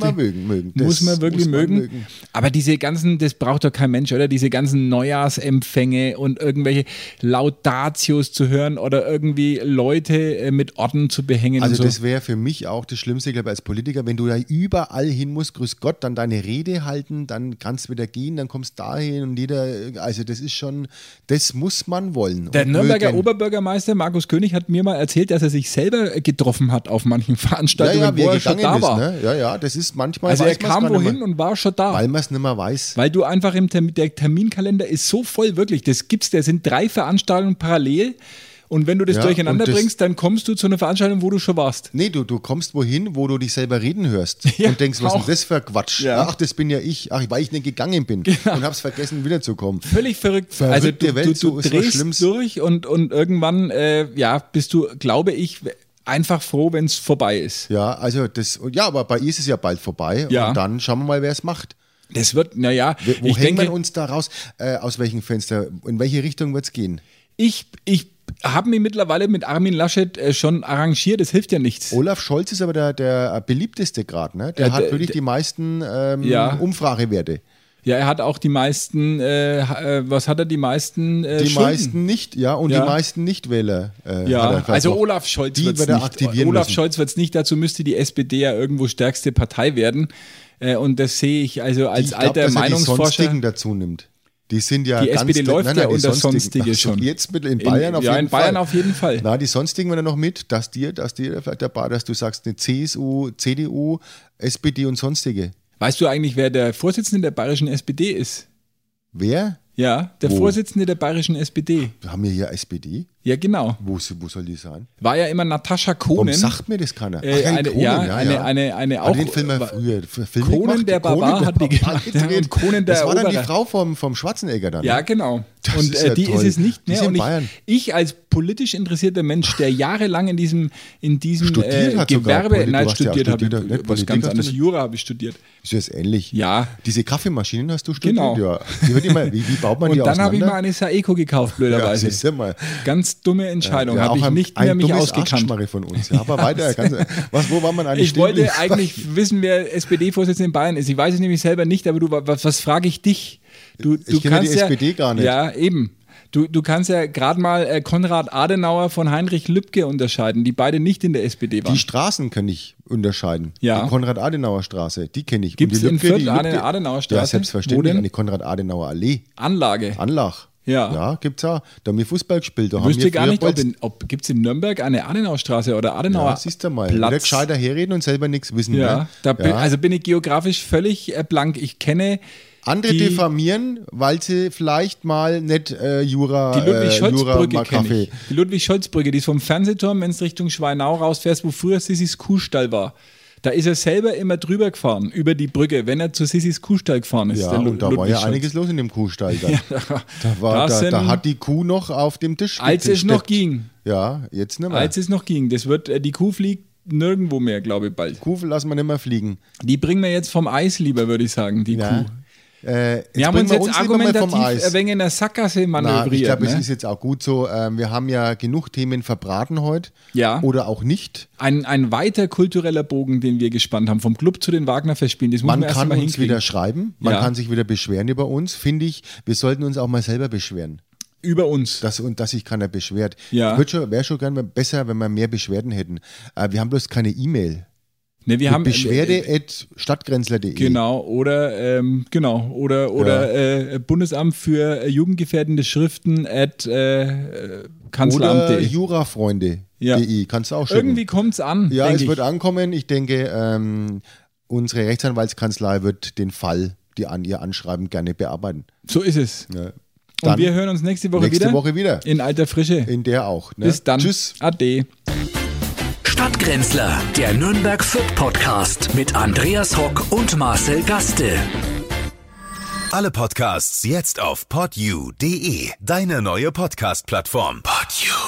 Speaker 2: Das muss man mögen, mögen. Das
Speaker 3: Muss man wirklich
Speaker 2: muss man
Speaker 3: mögen.
Speaker 2: mögen.
Speaker 3: Aber diese ganzen, das braucht doch kein Mensch, oder? Diese ganzen Neujahrsempfänge und irgendwelche Laudatios zu hören oder irgendwie Leute äh, mit Orden zu behängen
Speaker 2: Also
Speaker 3: und so.
Speaker 2: das wäre für mich auch das Schlimmste, glaube ich, als Politiker, wenn du da überall hin musst, grüß Gott, dann deine Rede halten, dann kannst wieder gehen, dann kommst dahin und jeder, also das ist schon, das muss man wollen.
Speaker 3: Der
Speaker 2: und
Speaker 3: Nürnberger
Speaker 2: mögen.
Speaker 3: Oberbürgermeister Markus König hat mir mal erzählt, dass er sich selber getroffen hat auf manchen *laughs*
Speaker 2: ja,
Speaker 3: Veranstaltungen,
Speaker 2: ja, wie
Speaker 3: wo
Speaker 2: er
Speaker 3: er schon
Speaker 2: gegangen
Speaker 3: da
Speaker 2: ist,
Speaker 3: war.
Speaker 2: ne? Ja, ja, das ist manchmal.
Speaker 3: Also er
Speaker 2: weiß man's
Speaker 3: kam
Speaker 2: gar nicht
Speaker 3: wohin
Speaker 2: mehr,
Speaker 3: und war schon da.
Speaker 2: weil man es nicht mehr weiß.
Speaker 3: Weil du einfach im Termin, der Terminkalender ist so voll, wirklich. Das gibt's, da sind drei Veranstaltungen parallel. Und wenn du das
Speaker 2: Ja,
Speaker 3: durcheinander
Speaker 2: und das-
Speaker 3: bringst, dann kommst du zu einer Veranstaltung, wo du schon warst.
Speaker 2: Nee, du, du kommst wohin, wo du dich selber reden hörst
Speaker 3: *laughs* Ja,
Speaker 2: und denkst, was ist
Speaker 3: auch.
Speaker 2: denn das für Quatsch?
Speaker 3: Ja. Genau.
Speaker 2: Ach, das bin ja ich. Ach, weil ich nicht gegangen bin und hab's vergessen, wiederzukommen.
Speaker 3: Völlig verrückt.
Speaker 2: Verrückte
Speaker 3: also du,
Speaker 2: Welt,
Speaker 3: du,
Speaker 2: so
Speaker 3: du
Speaker 2: ist was
Speaker 3: drehst
Speaker 2: Schlimmes.
Speaker 3: durch und, und irgendwann äh, ja, bist du, glaube ich, einfach froh, wenn es vorbei ist.
Speaker 2: Ja, also das, ja, aber bei ihr ist es ja bald vorbei
Speaker 3: Ja.
Speaker 2: und dann schauen wir mal, wer es macht.
Speaker 3: Das wird, naja,
Speaker 2: Wo
Speaker 3: ich
Speaker 2: hängen
Speaker 3: denke,
Speaker 2: wir uns da raus? Äh, aus welchem Fenster? In welche Richtung wird es gehen?
Speaker 3: ich, ich habe mich mittlerweile mit Armin Laschet äh, schon arrangiert, das hilft ja nichts.
Speaker 2: Olaf Scholz ist aber der, der beliebteste gerade. Ne? Der
Speaker 3: Ja,
Speaker 2: hat
Speaker 3: Äh, der-
Speaker 2: wirklich
Speaker 3: der-
Speaker 2: die meisten ähm,
Speaker 3: Ja.
Speaker 2: Umfragewerte.
Speaker 3: Ja, er hat auch die meisten, äh, ha- äh, was hat er, die meisten äh,
Speaker 2: Die
Speaker 3: Stunden?
Speaker 2: meisten nicht, ja, und
Speaker 3: Ja.
Speaker 2: die meisten Nichtwähler. Äh, hat er
Speaker 3: Ja,
Speaker 2: versucht.
Speaker 3: also Olaf Scholz
Speaker 2: Die
Speaker 3: wird's
Speaker 2: wird er aktivieren
Speaker 3: Olaf
Speaker 2: müssen.
Speaker 3: Scholz wird es nicht, dazu müsste die SPD ja irgendwo stärkste Partei werden. Äh, Und das sehe ich also als
Speaker 2: ich glaub,
Speaker 3: alter
Speaker 2: dass er die
Speaker 3: Meinungsforscher.
Speaker 2: Sonstigen dazu nimmt. Die sind ja
Speaker 3: Die
Speaker 2: ganz
Speaker 3: SPD läuft ja
Speaker 2: die
Speaker 3: unter
Speaker 2: Sonstigen.
Speaker 3: Sonstige
Speaker 2: Also
Speaker 3: schon.
Speaker 2: Jetzt mit in
Speaker 3: In-
Speaker 2: Bayern auf
Speaker 3: ja,
Speaker 2: jeden
Speaker 3: in Bayern
Speaker 2: Fall.
Speaker 3: auf jeden Fall.
Speaker 2: Na, die Sonstigen wenn er noch mit, dass dir, dass dir vielleicht dabei, dass du sagst, eine CSU, CDU, SPD und Sonstige.
Speaker 3: Weißt du eigentlich, wer der Vorsitzende der bayerischen SPD ist?
Speaker 2: Wer?
Speaker 3: Ja, der
Speaker 2: Wo?
Speaker 3: Vorsitzende der bayerischen SPD.
Speaker 2: Haben wir hier SPD?
Speaker 3: Ja, genau.
Speaker 2: Wo, wo soll die sein?
Speaker 3: War ja immer Natascha
Speaker 2: Warum
Speaker 3: Kohnen.
Speaker 2: sagt mir das keiner?
Speaker 3: Äh, eine, ja, eine, eine, eine
Speaker 2: Hat
Speaker 3: auch.
Speaker 2: den Film mal früher. F- Film
Speaker 3: Conan
Speaker 2: gemacht?
Speaker 3: der
Speaker 2: Conan
Speaker 3: Barbar hat die
Speaker 2: Barbar
Speaker 3: gemacht, ja,
Speaker 2: gedreht.
Speaker 3: und Conan der
Speaker 2: Das war dann die
Speaker 3: Eroberer.
Speaker 2: Frau vom, vom Schwarzenegger dann.
Speaker 3: Ja,
Speaker 2: ne?
Speaker 3: genau.
Speaker 2: Das
Speaker 3: und
Speaker 2: ist
Speaker 3: äh,
Speaker 2: ja
Speaker 3: die ist
Speaker 2: toll.
Speaker 3: es nicht
Speaker 2: Die
Speaker 3: mehr.
Speaker 2: ist in
Speaker 3: Und ich,
Speaker 2: Bayern.
Speaker 3: ich als politisch interessierter Mensch, der jahrelang in diesem, in diesem
Speaker 2: Studiert
Speaker 3: äh,
Speaker 2: hat sogar
Speaker 3: Gewerbe,
Speaker 2: Polit-
Speaker 3: nein,
Speaker 2: du hast ja
Speaker 3: studiert habe ich,
Speaker 2: studiert, ne?
Speaker 3: was
Speaker 2: Politik
Speaker 3: ganz
Speaker 2: hast du
Speaker 3: anderes,
Speaker 2: nicht.
Speaker 3: Jura habe ich studiert.
Speaker 2: Ist das ähnlich?
Speaker 3: Ja.
Speaker 2: Diese Kaffeemaschinen hast du studiert?
Speaker 3: Genau.
Speaker 2: Ja. Die wird immer, wie, wie baut man
Speaker 3: Und
Speaker 2: die
Speaker 3: dann habe ich
Speaker 2: auseinander?
Speaker 3: mal eine Saeco gekauft,
Speaker 2: ja,
Speaker 3: blöderweise.
Speaker 2: siehst du mal.
Speaker 3: ganz dumme Entscheidung,
Speaker 2: Ja,
Speaker 3: habe
Speaker 2: auch
Speaker 3: ich
Speaker 2: ein-
Speaker 3: nicht
Speaker 2: ein
Speaker 3: mehr mich
Speaker 2: dummes
Speaker 3: ausgekannt.
Speaker 2: Arschgeschmarre von uns. Ja,
Speaker 3: *laughs*
Speaker 2: aber weiter. Ganz, was, wo war man eigentlich
Speaker 3: Ich
Speaker 2: stehen
Speaker 3: wollte
Speaker 2: geblieben?
Speaker 3: eigentlich wissen, wer SPD-Vorsitzender in Bayern ist. Ich weiß es nämlich selber nicht, aber du, was, was frage ich dich? Du, du
Speaker 2: kenne die
Speaker 3: kannst ja,
Speaker 2: SPD gar nicht.
Speaker 3: Ja, eben. Du, du kannst ja gerade mal äh, Konrad Adenauer von Heinrich Lübke unterscheiden, die beide nicht in der SPD waren.
Speaker 2: Die Straßen kann ich unterscheiden.
Speaker 3: Ja.
Speaker 2: Die Konrad-Adenauer-Straße, die kenne ich.
Speaker 3: Gibt's
Speaker 2: Und die
Speaker 3: in
Speaker 2: Lübcke,
Speaker 3: Fürth eine Adenauer-Straße?
Speaker 2: Ja,
Speaker 3: Wo
Speaker 2: selbstverständlich.
Speaker 3: denn?
Speaker 2: Eine Konrad-Adenauer-Allee.
Speaker 3: Anlage.
Speaker 2: Anlach.
Speaker 3: Ja.
Speaker 2: Ja, gibt's auch. Da haben wir Fußball gespielt. Da
Speaker 3: Ich
Speaker 2: Ah, haben
Speaker 3: wüsste
Speaker 2: wir
Speaker 3: gar
Speaker 2: früher
Speaker 3: nicht, ob,
Speaker 2: Bolz-
Speaker 3: in, ob gibt es in Nürnberg eine Adenauerstraße oder Adenauer.
Speaker 2: ja, siehst du mal, wieder
Speaker 3: Platz.
Speaker 2: gescheiter herreden und selber nichts wissen.
Speaker 3: Ja,
Speaker 2: ne?
Speaker 3: da Bin, also bin ich geografisch völlig äh, blank. Ich kenne
Speaker 2: Andere
Speaker 3: die,
Speaker 2: diffamieren, weil sie vielleicht mal nicht äh, Jura,
Speaker 3: die Ludwig-Scholz-Brücke
Speaker 2: äh,
Speaker 3: kenne
Speaker 2: Kaffee.
Speaker 3: ich. Die Ludwig-Scholz-Brücke, die ist vom Fernsehturm, wenn es Richtung Schweinau rausfährst, wo früher Sissis Kuhstall war. Da ist er selber immer drüber gefahren, über die Brücke, wenn er zu Sissis Kuhstall gefahren ist.
Speaker 2: Ja,
Speaker 3: der Lu-
Speaker 2: und da war ja
Speaker 3: Ludwig-Scholz. *laughs*
Speaker 2: einiges los in dem Kuhstall. Da, da,
Speaker 3: da
Speaker 2: war, da, da
Speaker 3: sind-
Speaker 2: hat die Kuh noch auf dem Tisch
Speaker 3: Als es noch
Speaker 2: gesteckt.
Speaker 3: ging.
Speaker 2: Ja, jetzt nicht mehr.
Speaker 3: Als es noch ging. Das wird, äh, die Kuh fliegt nirgendwo mehr, glaube ich, bald.
Speaker 2: Kuh lassen wir nicht mehr fliegen.
Speaker 3: Die bringen wir jetzt vom Eis lieber, würde ich sagen, die
Speaker 2: Ja.
Speaker 3: Kuh.
Speaker 2: Äh,
Speaker 3: Wir haben
Speaker 2: bringen
Speaker 3: uns jetzt
Speaker 2: lieber mal
Speaker 3: argumentativ ein wenig in der Sackgasse
Speaker 2: Na,
Speaker 3: manövriert.
Speaker 2: ich glaube, es
Speaker 3: ne?
Speaker 2: ist jetzt auch gut so. Ähm, wir haben ja genug Themen verbraten heute.
Speaker 3: Ja.
Speaker 2: Oder auch nicht.
Speaker 3: ein, ein weiter kultureller Bogen, den wir gespannt haben. Vom Club zu den Wagner-Festspielen. Das muss
Speaker 2: Man
Speaker 3: man erst
Speaker 2: kann
Speaker 3: mal
Speaker 2: uns
Speaker 3: hinkriegen.
Speaker 2: wieder schreiben, man
Speaker 3: Ja.
Speaker 2: kann sich wieder beschweren über uns. Finde ich, wir sollten uns auch mal selber beschweren,
Speaker 3: Über uns.
Speaker 2: dass, und dass sich keiner beschwert.
Speaker 3: Ja.
Speaker 2: Wird schon- Wäre schon gern mal besser, wenn wir mehr Beschwerden hätten. Äh, wir haben bloß keine E-Mail.
Speaker 3: ne, wir haben äh,
Speaker 2: Beschwerde.stadtgrenzler.de.
Speaker 3: Genau, oder ähm, genau, oder oder äh, Bundesamt für äh, jugendgefährdende Schriften at äh, äh,
Speaker 2: Oder
Speaker 3: kanzleramt.de.
Speaker 2: jurafreunde.de.
Speaker 3: Ja.
Speaker 2: Kannst du auch schicken.
Speaker 3: Irgendwie kommt's an.
Speaker 2: ja,
Speaker 3: denk
Speaker 2: es
Speaker 3: ich.
Speaker 2: wird ankommen. Ich denke, ähm, unsere Rechtsanwaltskanzlei wird den Fall, die an ihr anschreiben, gerne bearbeiten.
Speaker 3: so ist es.
Speaker 2: Ne? Dann
Speaker 3: Und wir hören uns nächste Woche
Speaker 2: nächste
Speaker 3: wieder.
Speaker 2: Woche wieder.
Speaker 3: In alter Frische.
Speaker 2: In der auch. Ne?
Speaker 3: Bis dann.
Speaker 2: Tschüss.
Speaker 3: Ade.
Speaker 1: Stadtgrenzler, der Nürnberg Fürth Podcast mit Andreas Hock und Marcel Gaste.
Speaker 4: Alle Podcasts jetzt auf podyou.de, deine neue Podcast-Plattform. Podyou.